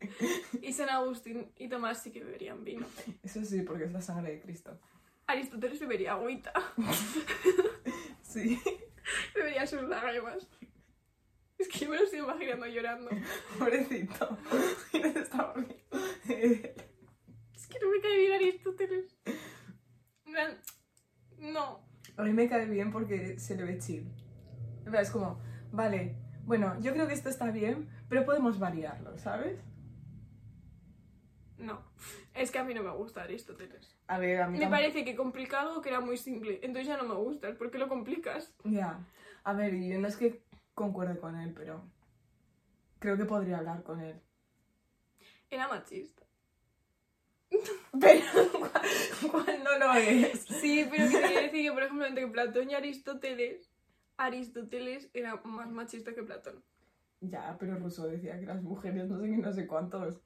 B: Y San Agustín y Tomás sí que beberían vino.
C: Eso sí, porque es la sangre de Cristo.
B: Aristóteles bebería agüita.
C: Sí.
B: Bebería sus lágrimas. Es que yo me lo estoy imaginando llorando.
C: Pobrecito. Está horrible.
B: Es que no me cae bien Aristóteles. En plan, No.
C: A mí me cae bien porque se le ve chill. En plan, Es como, vale, bueno, yo creo que esto está bien, pero podemos variarlo, ¿sabes?
B: No, es que a mí no me gusta Aristóteles.
C: A ver, a mí
B: Me
C: tam-
B: parece que complica algo que era muy simple, entonces ya no me gusta. ¿Por qué lo complicas?
C: Ya. A ver, yo no es que concuerde con él, pero creo que podría hablar con él.
B: Era machista.
C: Pero cuando no es.
B: Sí, pero que quería decir que, por ejemplo, entre Platón y Aristóteles, Aristóteles era más machista que Platón.
C: Ya, pero Rousseau decía que las mujeres no sé qué, no sé cuántos.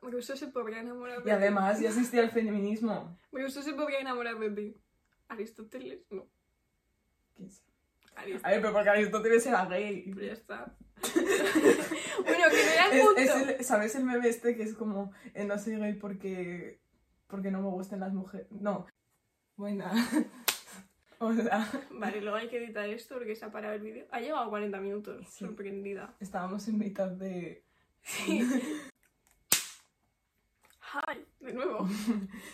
B: Rousseau se podría enamorar
C: Y
B: de
C: además ya existía el feminismo.
B: ti. Rousseau se podría enamorar de ti. Aristóteles, no.
C: ¿Quién sabe? A
B: Aristóteles.
C: ver, pero porque Aristóteles era gay.
B: Pero ya está. bueno, que no era el
C: Es-
B: punto.
C: es el- ¿Sabes el meme este que es como, eh, no soy gay porque, porque no me gustan las mujeres? No. Buena. o sea,
B: Vale, luego hay que editar esto porque se ha parado el vídeo. Ha llegado a 40 minutos,
C: Sí.
B: sorprendida.
C: estábamos en mitad de...
B: Sí. Hi, de nuevo.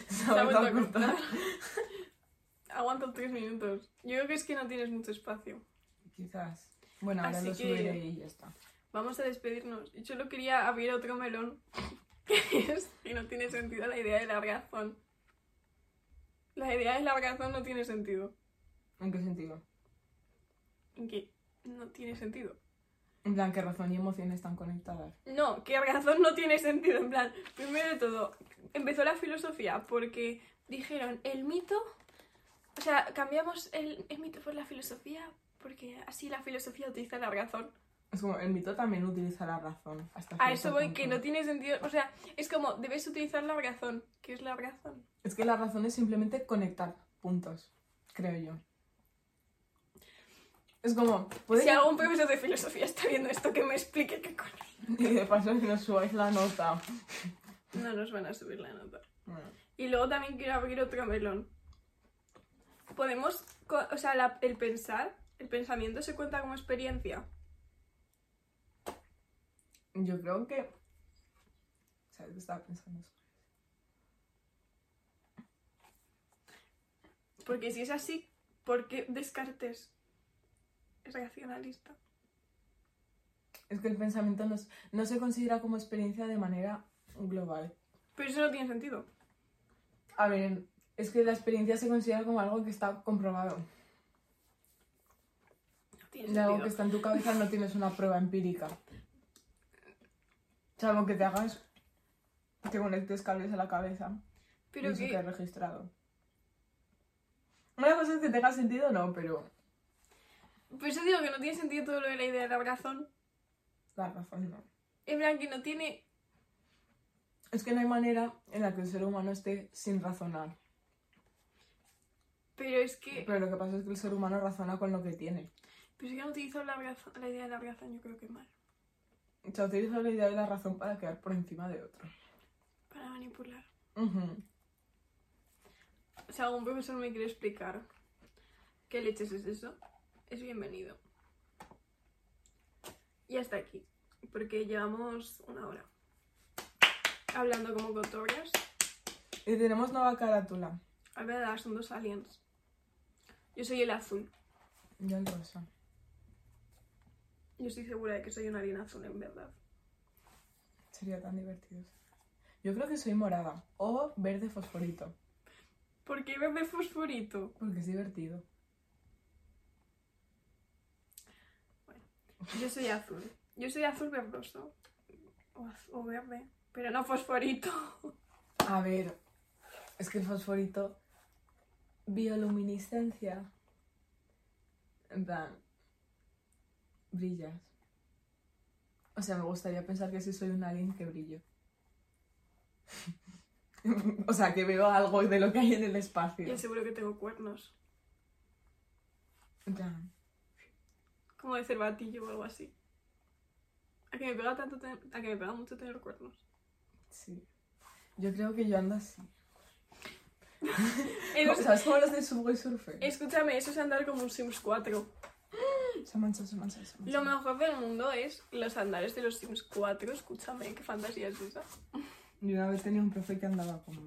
C: Se
B: Se
C: ha
B: ha vuelto a
C: vuelto a cortar.
B: cortar. Aguanta tres minutos. Yo creo que es que no tienes mucho espacio.
C: Quizás. Bueno, ahora
B: Así
C: lo
B: que-
C: subiré y ya está.
B: Vamos a despedirnos. Yo solo quería abrir otro melón. Que es que no tiene sentido la idea de la razón. La idea de la razón no tiene sentido.
C: ¿En qué sentido?
B: ¿En qué? No tiene sentido.
C: En plan, que razón y emoción están conectadas.
B: No, que razón no tiene sentido. En plan, primero de todo, empezó la filosofía porque dijeron el mito. O sea, cambiamos el, el mito por la filosofía porque así la filosofía utiliza la razón.
C: Es como, el mito también utiliza la razón. Hasta
B: A
C: cierto
B: eso voy,
C: punto.
B: que no tiene sentido. O sea, es como, debes utilizar la razón. ¿Qué es la razón?
C: Es que la razón es simplemente conectar puntos, creo yo. Es como,
B: Si
C: puede
B: algún profesor de filosofía está viendo esto, que me explique qué coño.
C: Y de paso que nos subáis la nota.
B: No nos van a subir la nota.
C: Bueno,
B: Y luego también quiero abrir otro melón. Podemos, co- o sea, la- el pensar, el pensamiento se cuenta como experiencia.
C: yo creo que... ¿Sabes qué estaba pensando?
B: Porque si es así, ¿por qué Descartes es racionalista?
C: Es que el pensamiento no, es- no se considera como experiencia de manera global.
B: Pero eso no tiene sentido.
C: A ver, es que la experiencia se considera como algo que está comprobado.
B: No tiene
C: De algo que
B: sentido.
C: está en tu cabeza no tienes una prueba empírica. Salvo que te hagas... Te conectes cables a la cabeza.
B: Pero
C: Eso que he
B: que,
C: registrado. Una cosa es que tenga sentido no, pero
B: por eso digo que no tiene sentido todo lo de la idea de la razón.
C: la razón no.
B: En plan, que no tiene...
C: Es que no hay manera en la que el ser humano esté sin razonar.
B: Pero es que...
C: Pero lo que pasa es que el ser humano razona con lo que tiene.
B: Pero es que han utilizado la, brazo- la idea de la razón, yo creo que mal.
C: Se utiliza la idea de la razón para quedar por encima de otro.
B: Para manipular.
C: Ujú.
B: Si algún profesor me quiere explicar qué leches es eso, es bienvenido. Y hasta aquí, porque llevamos una hora hablando como cotorras.
C: Y tenemos nueva carátula.
B: Al verdad, son dos aliens. Yo soy el azul.
C: Yo el rosa.
B: Yo estoy segura de que soy un alien azul, en verdad.
C: Sería tan divertido. Yo creo que soy morada o verde fosforito.
B: ¿Por qué verde fosforito?
C: Porque es divertido.
B: Yo soy azul. Yo soy azul verdoso. O, az- o verde. Pero no fosforito.
C: A ver, es que el fosforito. Bioluminiscencia. En plan. Brillas. O sea, me gustaría pensar que sí soy un alien que brillo. o sea, que veo algo de lo que hay en el espacio.
B: Yo seguro que tengo cuernos.
C: En plan.
B: como de cervatillo o algo así. A que me pega tanto tener- a que me pega mucho tener cuernos.
C: Sí. Yo creo que yo ando así.
B: Eh, no
C: O
B: sé,
C: sea, es como los de Subway Surfer.
B: escúchame, eso es andar como un Sims 4.
C: Se mancha, se mancha, se mancha.
B: Lo mejor del mundo es los andares de los Sims 4. Escúchame, qué fantasía es esa.
C: Yo una vez tenía un profe que andaba como.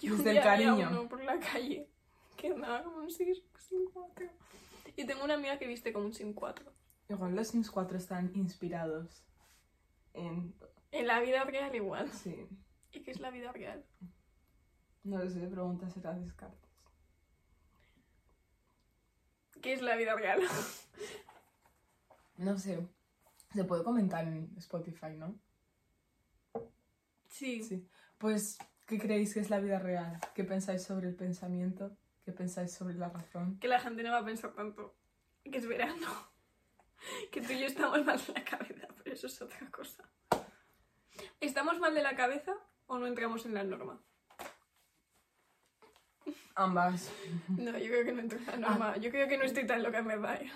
B: Yo
C: Desde el
B: un día vi a
C: cariño.
B: uno por la calle que andaba como un Sims, Sim 4. Y tengo una amiga que viste como un Sim 4.
C: Igual los Sims 4 están inspirados en...
B: En la vida real igual.
C: Sí,
B: ¿Y qué es la vida real?
C: no lo sé, preguntas será Descartes.
B: ¿Qué es la vida real?
C: No sé, se puede comentar en Spotify, ¿no?
B: Sí.
C: Sí. Pues, ¿qué creéis que es la vida real? ¿Qué pensáis sobre el pensamiento? ¿Qué pensáis sobre la razón?
B: Que la gente no va a pensar tanto. Que es verano. Que tú y yo estamos mal de la cabeza, pero eso es otra cosa. ¿Estamos mal de la cabeza o no entramos en la norma?
C: Ambas.
B: No, yo creo que no entro en la norma. Yo creo que no estoy tan loca en verdad. ¿eh?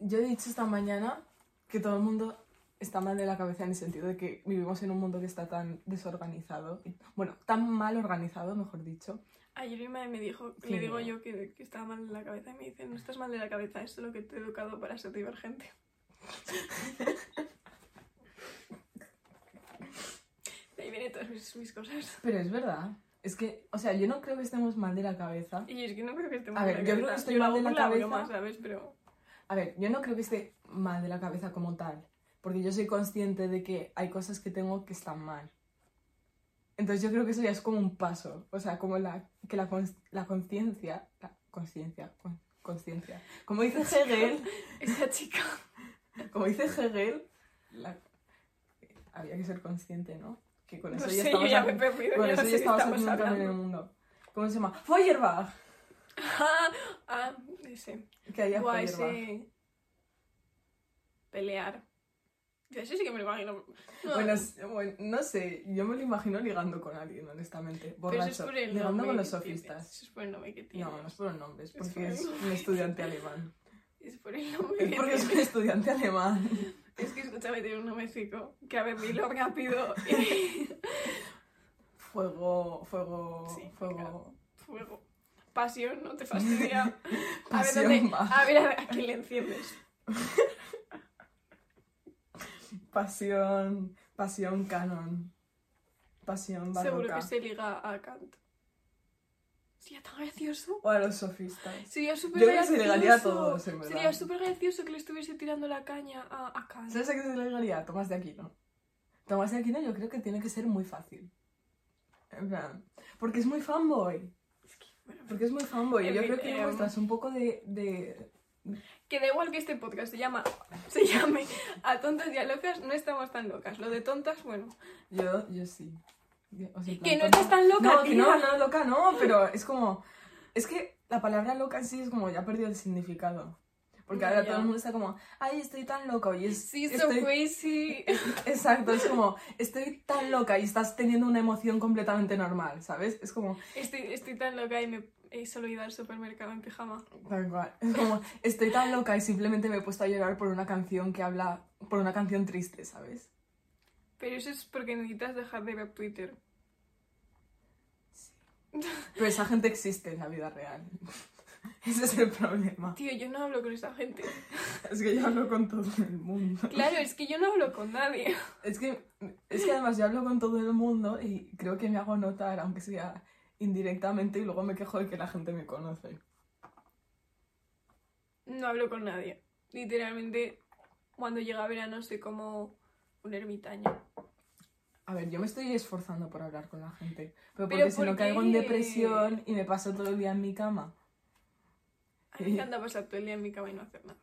C: Yo he dicho esta mañana que todo el mundo está mal de la cabeza en el sentido de que vivimos en un mundo que está tan desorganizado. Bueno, tan mal organizado, mejor dicho.
B: Ayer mi madre me dijo,
C: Sí.
B: le digo yo que, que estaba mal de la cabeza y me dice, no estás mal de la cabeza, es lo que te he educado para ser divergente. De ahí vienen todas mis, mis cosas.
C: Pero es verdad. Es que, o sea, yo no creo que estemos mal de la cabeza.
B: Y es que no creo que esté
C: A
B: mal
C: ver,
B: de la
C: yo creo
B: cabeza.
C: que estoy mal
B: lo
C: de
B: hago
C: la
B: por
C: cabeza.
B: broma, ¿sabes? Pero
C: A ver, yo no creo que esté mal de la cabeza como tal, porque yo soy consciente de que hay cosas que tengo que están mal. Entonces yo creo que eso ya es como un paso, o sea, como la, que la cons- la conciencia, la conciencia, con- conciencia. Como dice Hegel,
B: esta chica...
C: como dice Hegel, la- había que ser consciente, ¿no? Que con
B: No
C: eso ya
B: sé, yo
C: estamos,
B: ya me he
C: haciendo-
B: perdido.
C: con
B: ya
C: eso
B: no
C: ya
B: sé qué
C: estabas
B: estamos
C: haciendo un cambio en el
B: hablando.
C: mundo. ¿Cómo se llama? Feuerbach,
B: Ah, ah, ese.
C: que había
B: Buah,
C: Feuerbach.
B: ese... Pelear. Yo eso sí que me lo imagino. No,
C: Bueno, s- bueno, no sé, yo me lo imagino ligando con alguien, honestamente.
B: pero
C: Borracho.
B: eso es por el
C: ligando
B: nombre
C: con
B: que
C: los
B: tiene,
C: sofistas.
B: Eso es por el nombre que tiene.
C: No, no es por el nombre, es
B: Es por
C: porque
B: el
C: es un
B: nombre.
C: estudiante alemán.
B: Es por el nombre
C: Es
B: que
C: porque es un
B: tiene.
C: estudiante alemán.
B: Es que escúchame, tiene un nombre psico. Que a ver, dilo rápido. y-
C: Fuego, fuego,
B: Sí,
C: fuego.
B: claro. Fuego. Pasión, no te fastidia. A ver,
C: Pasión
B: ¿dónde?
C: va.
B: A ver, a ver, ¿a quién le enciendes?
C: Pasión, pasión canon. Pasión
B: Seguro
C: barroca.
B: que se liga a Kant. Sería tan gracioso.
C: O a los sofistas.
B: Sería súper
C: Yo creo que
B: gracioso.
C: se ligaría a todos, en verdad.
B: Sería súper gracioso que le estuviese tirando la caña a, a Kant.
C: ¿Sabes a qué se le ligaría? Tomás de Aquino. Tomás de Aquino yo creo que tiene que ser muy fácil. En plan, porque es muy fanboy.
B: Es que, bueno,
C: Porque es muy fanboy.
B: En
C: Yo
B: fin,
C: creo que
B: em,
C: muestras un poco de, de-
B: Que da igual que este podcast se llama, se llame a tontas y a locas, no estamos tan locas. Lo de tontas, bueno.
C: Yo, yo sí. Yo- o sea, en plan,
B: Que no
C: tonta.
B: estás tan loca,
C: No, que no,
B: tía.
C: no, loca no, pero es como... Es que la palabra loca en sí es como ya ha perdido el significado. Porque ahora
B: Ya.
C: todo el mundo está como, ay, estoy tan loca. Y es,
B: Sí, so
C: estoy,
B: crazy.
C: exacto, es como, estoy tan loca y estás teniendo una emoción completamente normal, ¿sabes? Es como,
B: Estoy, estoy tan loca y me he solo ido al supermercado en pijama.
C: Tal cual. Es como, estoy tan loca y simplemente me he puesto a llorar por una canción que habla, por una canción triste, ¿sabes?
B: Pero eso es porque necesitas dejar de ver Twitter.
C: Pero esa gente existe en la vida real. Ese es el problema.
B: Tío, yo no hablo con esa gente.
C: Es que yo hablo con todo el mundo.
B: Claro, es que yo no hablo con nadie.
C: Es que, es que además yo hablo con todo el mundo y creo que me hago notar, aunque sea indirectamente, y luego me quejo de que la gente me conoce.
B: No hablo con nadie. Literalmente, cuando llega verano soy como un ermitaño.
C: A ver, yo me estoy esforzando por hablar con la gente. Pero porque
B: Pero
C: si
B: ¿por
C: no caigo en
B: qué?
C: depresión y me paso todo el día en mi cama.
B: A mí me encanta pasar todo el día en mi cama y no hacer nada.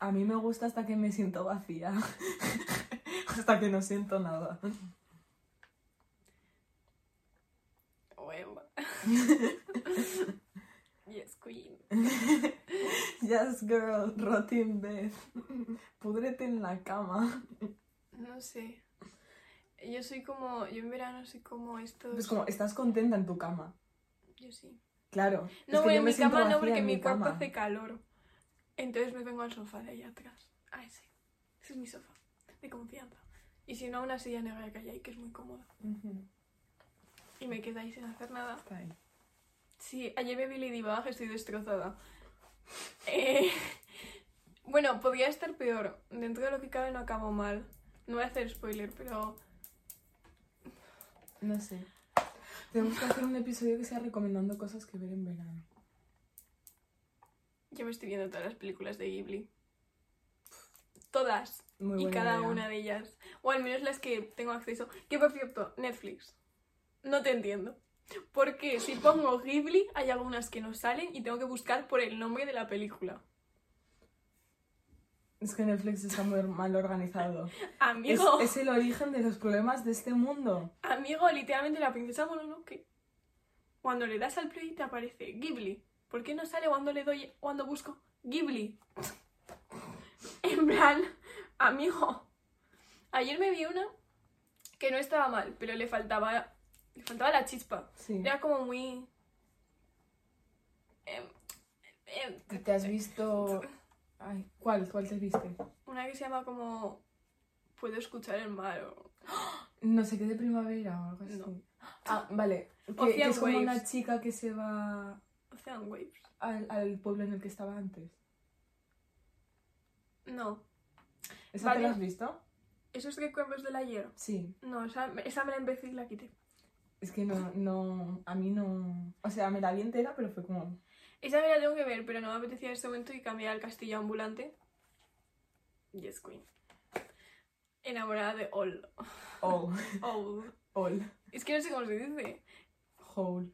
C: A mí me gusta hasta que me siento vacía. hasta que no siento nada.
B: Hueva. yes, queen.
C: Yes, girl, rot in bed. Pudrete en la cama.
B: No sé. Yo soy como. Yo en verano soy como estos.
C: Es Pues como, estás contenta en tu cama.
B: Yo sí.
C: Claro.
B: No,
C: es que
B: bueno,
C: yo
B: en
C: me
B: mi
C: siento
B: cama no,
C: vacía
B: porque
C: en
B: mi, cuarto
C: cama.
B: hace calor. Entonces me vengo al sofá de ahí atrás. Ah, ese. Ese es mi sofá. De confianza. Y si no, una silla negra que hay ahí, que es muy cómoda.
C: Ujú,
B: Y me quedo ahí sin hacer nada.
C: está ahí.
B: Sí, ayer bebí Ladybug, estoy destrozada. Eh, bueno, podría estar peor. Dentro de lo que cabe no acabo mal. No voy a hacer spoiler, pero...
C: No sé. Tenemos que hacer un episodio que sea recomendando cosas que ver en verano.
B: Yo me estoy viendo todas las películas de Ghibli. Todas.
C: Muy
B: y
C: buena
B: cada
C: idea.
B: una de ellas. O al menos las que tengo acceso. Que por cierto, Netflix. No te entiendo. Porque si pongo Ghibli, hay algunas que no salen y tengo que buscar por el nombre de la película.
C: Es que Netflix está muy mal organizado. Es,
B: Amigo,
C: es el origen de los problemas de este mundo.
B: amigo, literalmente la princesa Mononoke. Cuando le das al play te aparece Ghibli. ¿Por qué no sale cuando le doy, cuando busco Ghibli? En plan, amigo. Ayer me vi una que no estaba mal, pero le faltaba, le faltaba la chispa.
C: Sí.
B: Era como muy... em, em,
C: ¿Te has visto...? Ay, ¿Cuál? ¿Cuál te viste?
B: Una que se llama como... Puedo escuchar el mar o-
C: No sé qué de primavera o algo así.
B: No.
C: Ah, vale. Que, que
B: Ocean
C: es como
B: Waves.
C: una chica que se va
B: Ocean Waves.
C: al, al pueblo en el que estaba antes.
B: No.
C: ¿Esa te
B: Vale.
C: la has visto?
B: ¿Esos que cuerpos del ayer?
C: Sí.
B: No, esa, esa me la empecé y la quité.
C: Es que no, no, a mí no... O sea, me la vi entera, pero fue como...
B: Esa me la tengo que ver, pero no me apetecía en este momento y cambié al castillo ambulante. Yes, Queen. Enamorada de All.
C: All.
B: All.
C: All.
B: Es que no sé cómo se dice.
C: Whole.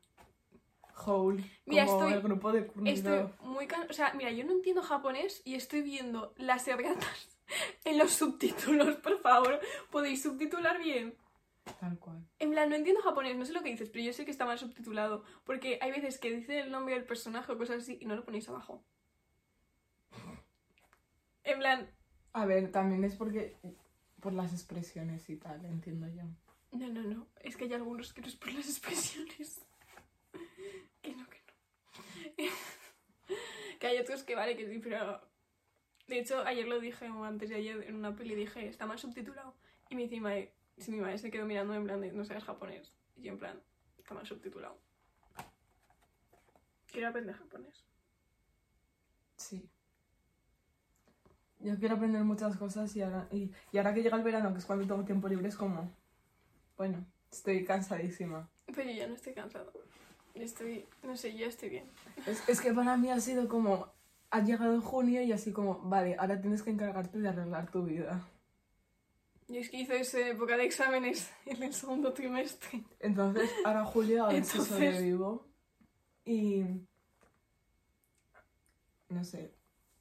C: Whole.
B: Mira,
C: como
B: estoy-
C: el grupo de Kurnido.
B: Estoy muy can- O sea, mira, yo no entiendo japonés y estoy viendo las erratas en los subtítulos, por favor. ¿Podéis subtitular bien?
C: Tal cual.
B: En plan, no entiendo japonés, no sé lo que dices, pero yo sé que está mal subtitulado. Porque hay veces que dice el nombre del personaje o cosas así y no lo ponéis abajo. En plan,
C: A ver, también es porque... Por las expresiones y tal, entiendo yo.
B: no, no, no. Es que hay algunos que no es por las expresiones. Que no, que no. que hay otros que vale, que sí, pero. De hecho, ayer lo dije, o antes de ayer, en una peli dije, está mal subtitulado. Y me dice, "Mae", si mi madre se quedó mirando en plan de, no seas japonés. Y yo en plan, está mal subtitulado. Quiero aprender japonés.
C: Sí. Yo quiero aprender muchas cosas y ahora, y, y ahora que llega el verano, que es cuando tengo tiempo libre, es como... Bueno, estoy cansadísima.
B: Pero yo ya no estoy cansada. Yo Estoy, no sé, yo estoy bien.
C: Es, es que para mí ha sido como... Ha llegado junio y así como, vale, ahora tienes que encargarte de arreglar tu vida.
B: Yo es que hice esa época de exámenes en el segundo trimestre.
C: Entonces, ahora julio, a ver si
B: Entonces-
C: sobrevivo. Y... No sé.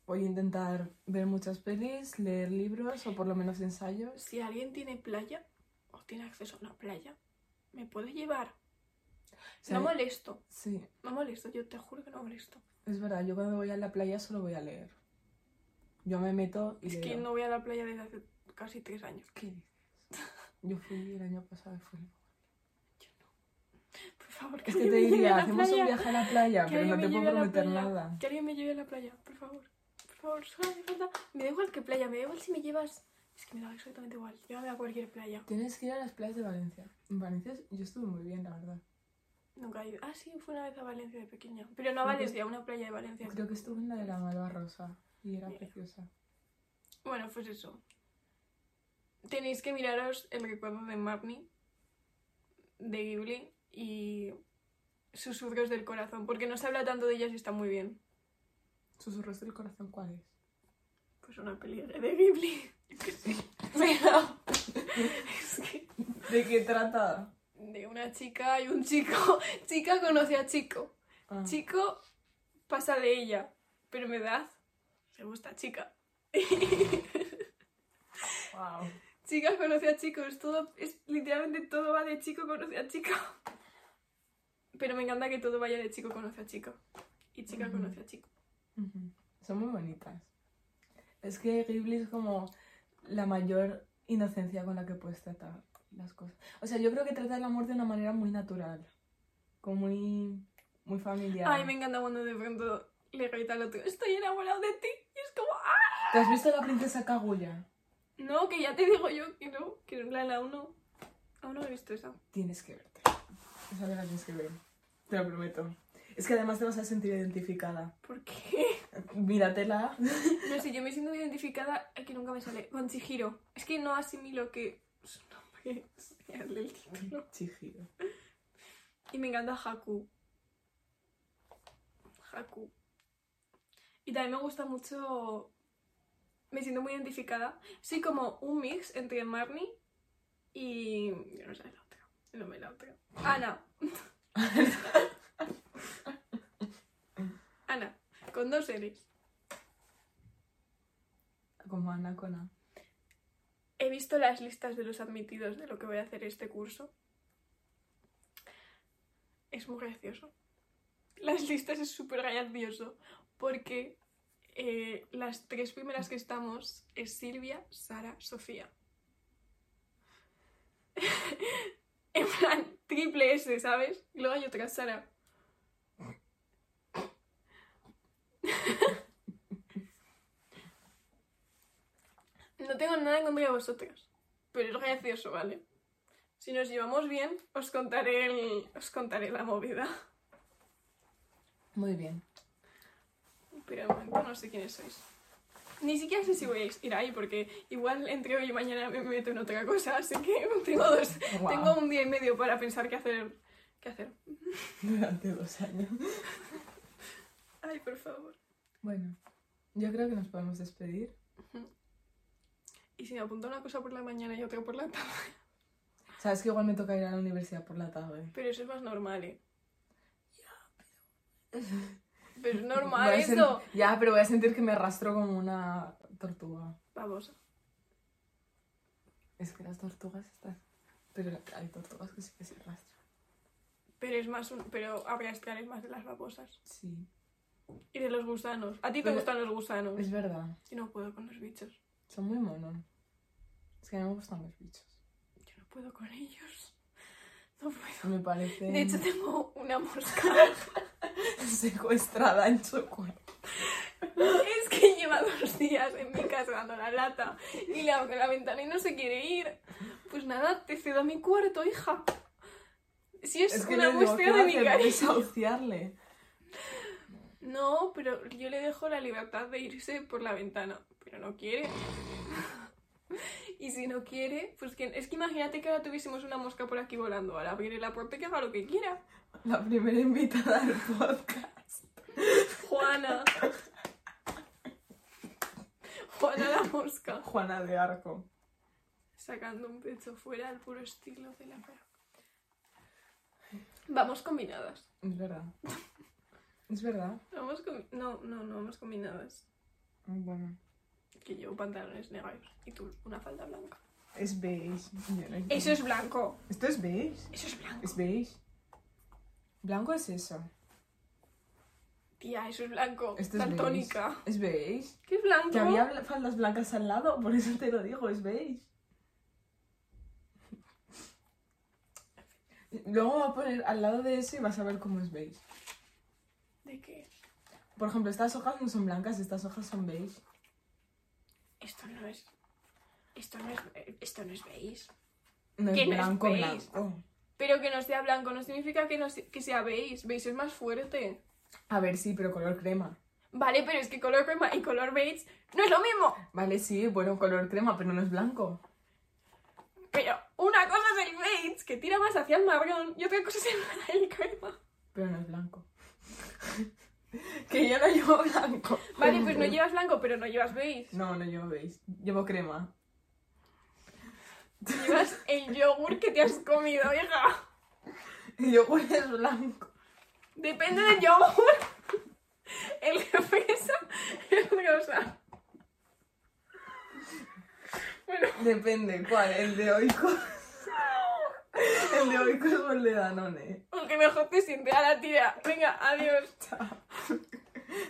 C: Voy a intentar ver muchas pelis, leer libros o por lo menos ensayos.
B: Si alguien tiene playa o tiene acceso a una playa, me puede llevar. No
C: ¿Sabe?
B: molesto,
C: Sí,
B: no molesto, yo te juro que no molesto.
C: es verdad. Yo cuando voy a la playa solo voy a leer. Yo me meto y
B: Es que
C: leo.
B: no voy a la playa desde hace casi tres años.
C: ¿Qué dices? Yo fui el año pasado y fui.
B: Por favor, que
C: Es que te
B: alguien me lleve a
C: diría,
B: la
C: hacemos un
B: playa.
C: viaje a la playa,
B: Que
C: pero
B: alguien
C: no
B: me
C: te puedo
B: lleve a la
C: prometer
B: playa.
C: nada.
B: Que alguien me lleve a la playa, por favor. Por favor, solo hace falta. Me da igual qué playa, me da igual si me llevas. Es que me da exactamente igual. Llévame a cualquier playa.
C: Tienes que ir a las playas de Valencia. En Valencia yo estuve muy bien, la verdad.
B: Nunca he ido. Ah, sí, fue una vez a Valencia de pequeña. Pero no a
C: Creo que-
B: Valencia, a una playa de Valencia.
C: Creo que estuve en la de la Malva Rosa y era
B: Mira.
C: preciosa.
B: Bueno, pues eso. Tenéis que miraros el recuerdo de Marnie, de Ghibli y Susurros del Corazón, porque no se habla tanto de ellas y está muy bien.
C: ¿Susurros del corazón cuál es?
B: Pues una peli de Ghibli. Yo qué sé. Pero es que
C: ¿De qué trata?
B: de una chica y un chico. Chica conoce a chico.
C: Ah,
B: Chico pasa de ella, pero me da. Se gusta chica.
C: wow.
B: Chicas conoce a chicos, todo es literalmente todo va de chico conoce a chica. Pero me encanta que todo vaya de chico conoce a chico y chica
C: Ujú.
B: conoce a chico.
C: Ujú. Son muy bonitas. Es que Ghibli es como la mayor inocencia con la que puedes tratar las cosas. O sea, yo creo que trata el amor de una manera muy natural. Como muy, muy familiar.
B: Ay, me encanta cuando de pronto le grita al otro, "Estoy enamorado de ti." Y es como, "Ah,
C: ¿Te has visto la princesa Kaguya?
B: no, que ya te digo yo que no, que en plan aún no aún no he visto esa."
C: Tienes que verte. Esa me la tienes que ver. Te lo prometo. Es que además te vas a sentir identificada.
B: ¿Por qué?
C: Míratela.
B: No sé, yo me siento identificada a que nunca me sale con Chihiro. Es que no asimilo que su nombre sea el del título.
C: Chihiro.
B: Y me encanta Haku. Haku. Y también me gusta mucho. Me siento muy identificada. Soy como un mix entre Marnie y. Yo no sé la otra. No me la otra. Ana. Ana. Con dos series.
C: Como Ana con A.
B: He visto las listas de los admitidos de lo que voy a hacer este curso. Es muy gracioso. Las listas es súper gracioso porque eh, las tres primeras que estamos es Silvia, Sara, Sofía. en plan, triple S, ¿sabes? Y Luego hay otra Sara. no tengo nada en contra de vosotros, pero es gracioso, ¿vale? Si nos llevamos bien, os contaré, el, os contaré la movida.
C: Muy bien.
B: Pero de momento no sé quiénes sois. Ni siquiera sé si voy a ir ahí porque igual entre hoy y mañana me meto en otra cosa, así que tengo dos,
C: Guau.
B: tengo un día y medio para pensar qué hacer, qué hacer.
C: Durante dos años.
B: Ay, por favor.
C: Bueno, yo creo que nos podemos despedir.
B: Y si me apunto una cosa por la mañana y otra por la tarde.
C: Sabes que igual me toca ir a la universidad por la tarde.
B: Pero eso es más normal, ¿eh? Ya, pero... Pero es
C: Voy
B: normal
C: a sen-
B: eso.
C: Ya, pero voy a sentir que me arrastro como una tortuga.
B: Vamos.
C: Es que las tortugas están... Pero hay tortugas que sí que se arrastran.
B: Pero es más un... Pero arrastrar es más de las babosas.
C: Sí,
B: Y de los gusanos. A ti te
C: Pero-
B: gustan los gusanos.
C: es verdad.
B: Yo no puedo con los bichos.
C: Son muy monos. Es que a mí me gustan los bichos.
B: Yo no puedo con ellos. No puedo.
C: Me parece
B: De hecho, tengo una mosca.
C: secuestrada en su cuerpo.
B: es que lleva dos días en mi casa dando la lata y le abro la ventana y no se quiere ir. Pues nada, te cedo mi cuarto, hija. Si es, una
C: yo digo,
B: muestra
C: ¿qué va
B: de
C: a
B: mi
C: hacer?
B: cariño.
C: Desahuciarle.
B: No, pero yo le dejo la libertad de irse por la ventana, pero no quiere. y si no quiere, pues que... Es que imagínate que ahora tuviésemos una mosca por aquí volando. Ahora abriré la puerta y que haga lo que quiera.
C: La primera invitada al podcast.
B: Juana. Juana la mosca.
C: Juana de Arco.
B: Sacando un pecho fuera al puro estilo de la perra. Vamos combinadas.
C: Es verdad. Es verdad.
B: Vamos com- No, no, no vamos combinadas.
C: Bueno.
B: Que yo pantalones negros y tú una falda blanca.
C: Es beige. Yo no entiendo.
B: Eso es blanco.
C: ¿Esto es beige?
B: Eso es blanco.
C: Es beige. Blanco es eso.
B: Tía, eso es blanco.
C: Esto es
B: Tan
C: beige.
B: tónica.
C: Es beige.
B: ¿Qué es blanco?
C: Que había bla- faldas blancas al lado, por eso te lo digo, es beige. Luego voy a poner al lado de eso y vas a ver cómo es beige.
B: ¿De qué?
C: Por ejemplo, estas hojas no son blancas, estas hojas son beige.
B: Esto no es. Esto no es. Esto no es beige.
C: No es
B: ¿Qué no es
C: blanco,
B: beige?
C: blanco.
B: Pero que no sea blanco no significa que, no se- que sea beige. Beige es más fuerte.
C: A ver, sí, pero color crema.
B: Vale, pero es que color crema y color beige no es lo mismo.
C: Vale, sí, bueno, color crema, pero no es blanco.
B: Pero una cosa es el beige, que tira más hacia el marrón, y otra cosa es el, el crema.
C: Pero no es blanco. que yo no llevo blanco.
B: Vale, pues no llevas blanco, pero no llevas beige.
C: No, no llevo beige. Llevo crema.
B: Llevas el yogur que te has comido, hija.
C: El yogur es blanco.
B: Depende del yogur. El que pesa es rosa. Bueno,
C: Depende, ¿cuál? El de Oikos. El de Oikos o el de Danone.
B: aunque mejor te siente a la tira. Venga, adiós.
C: Chao.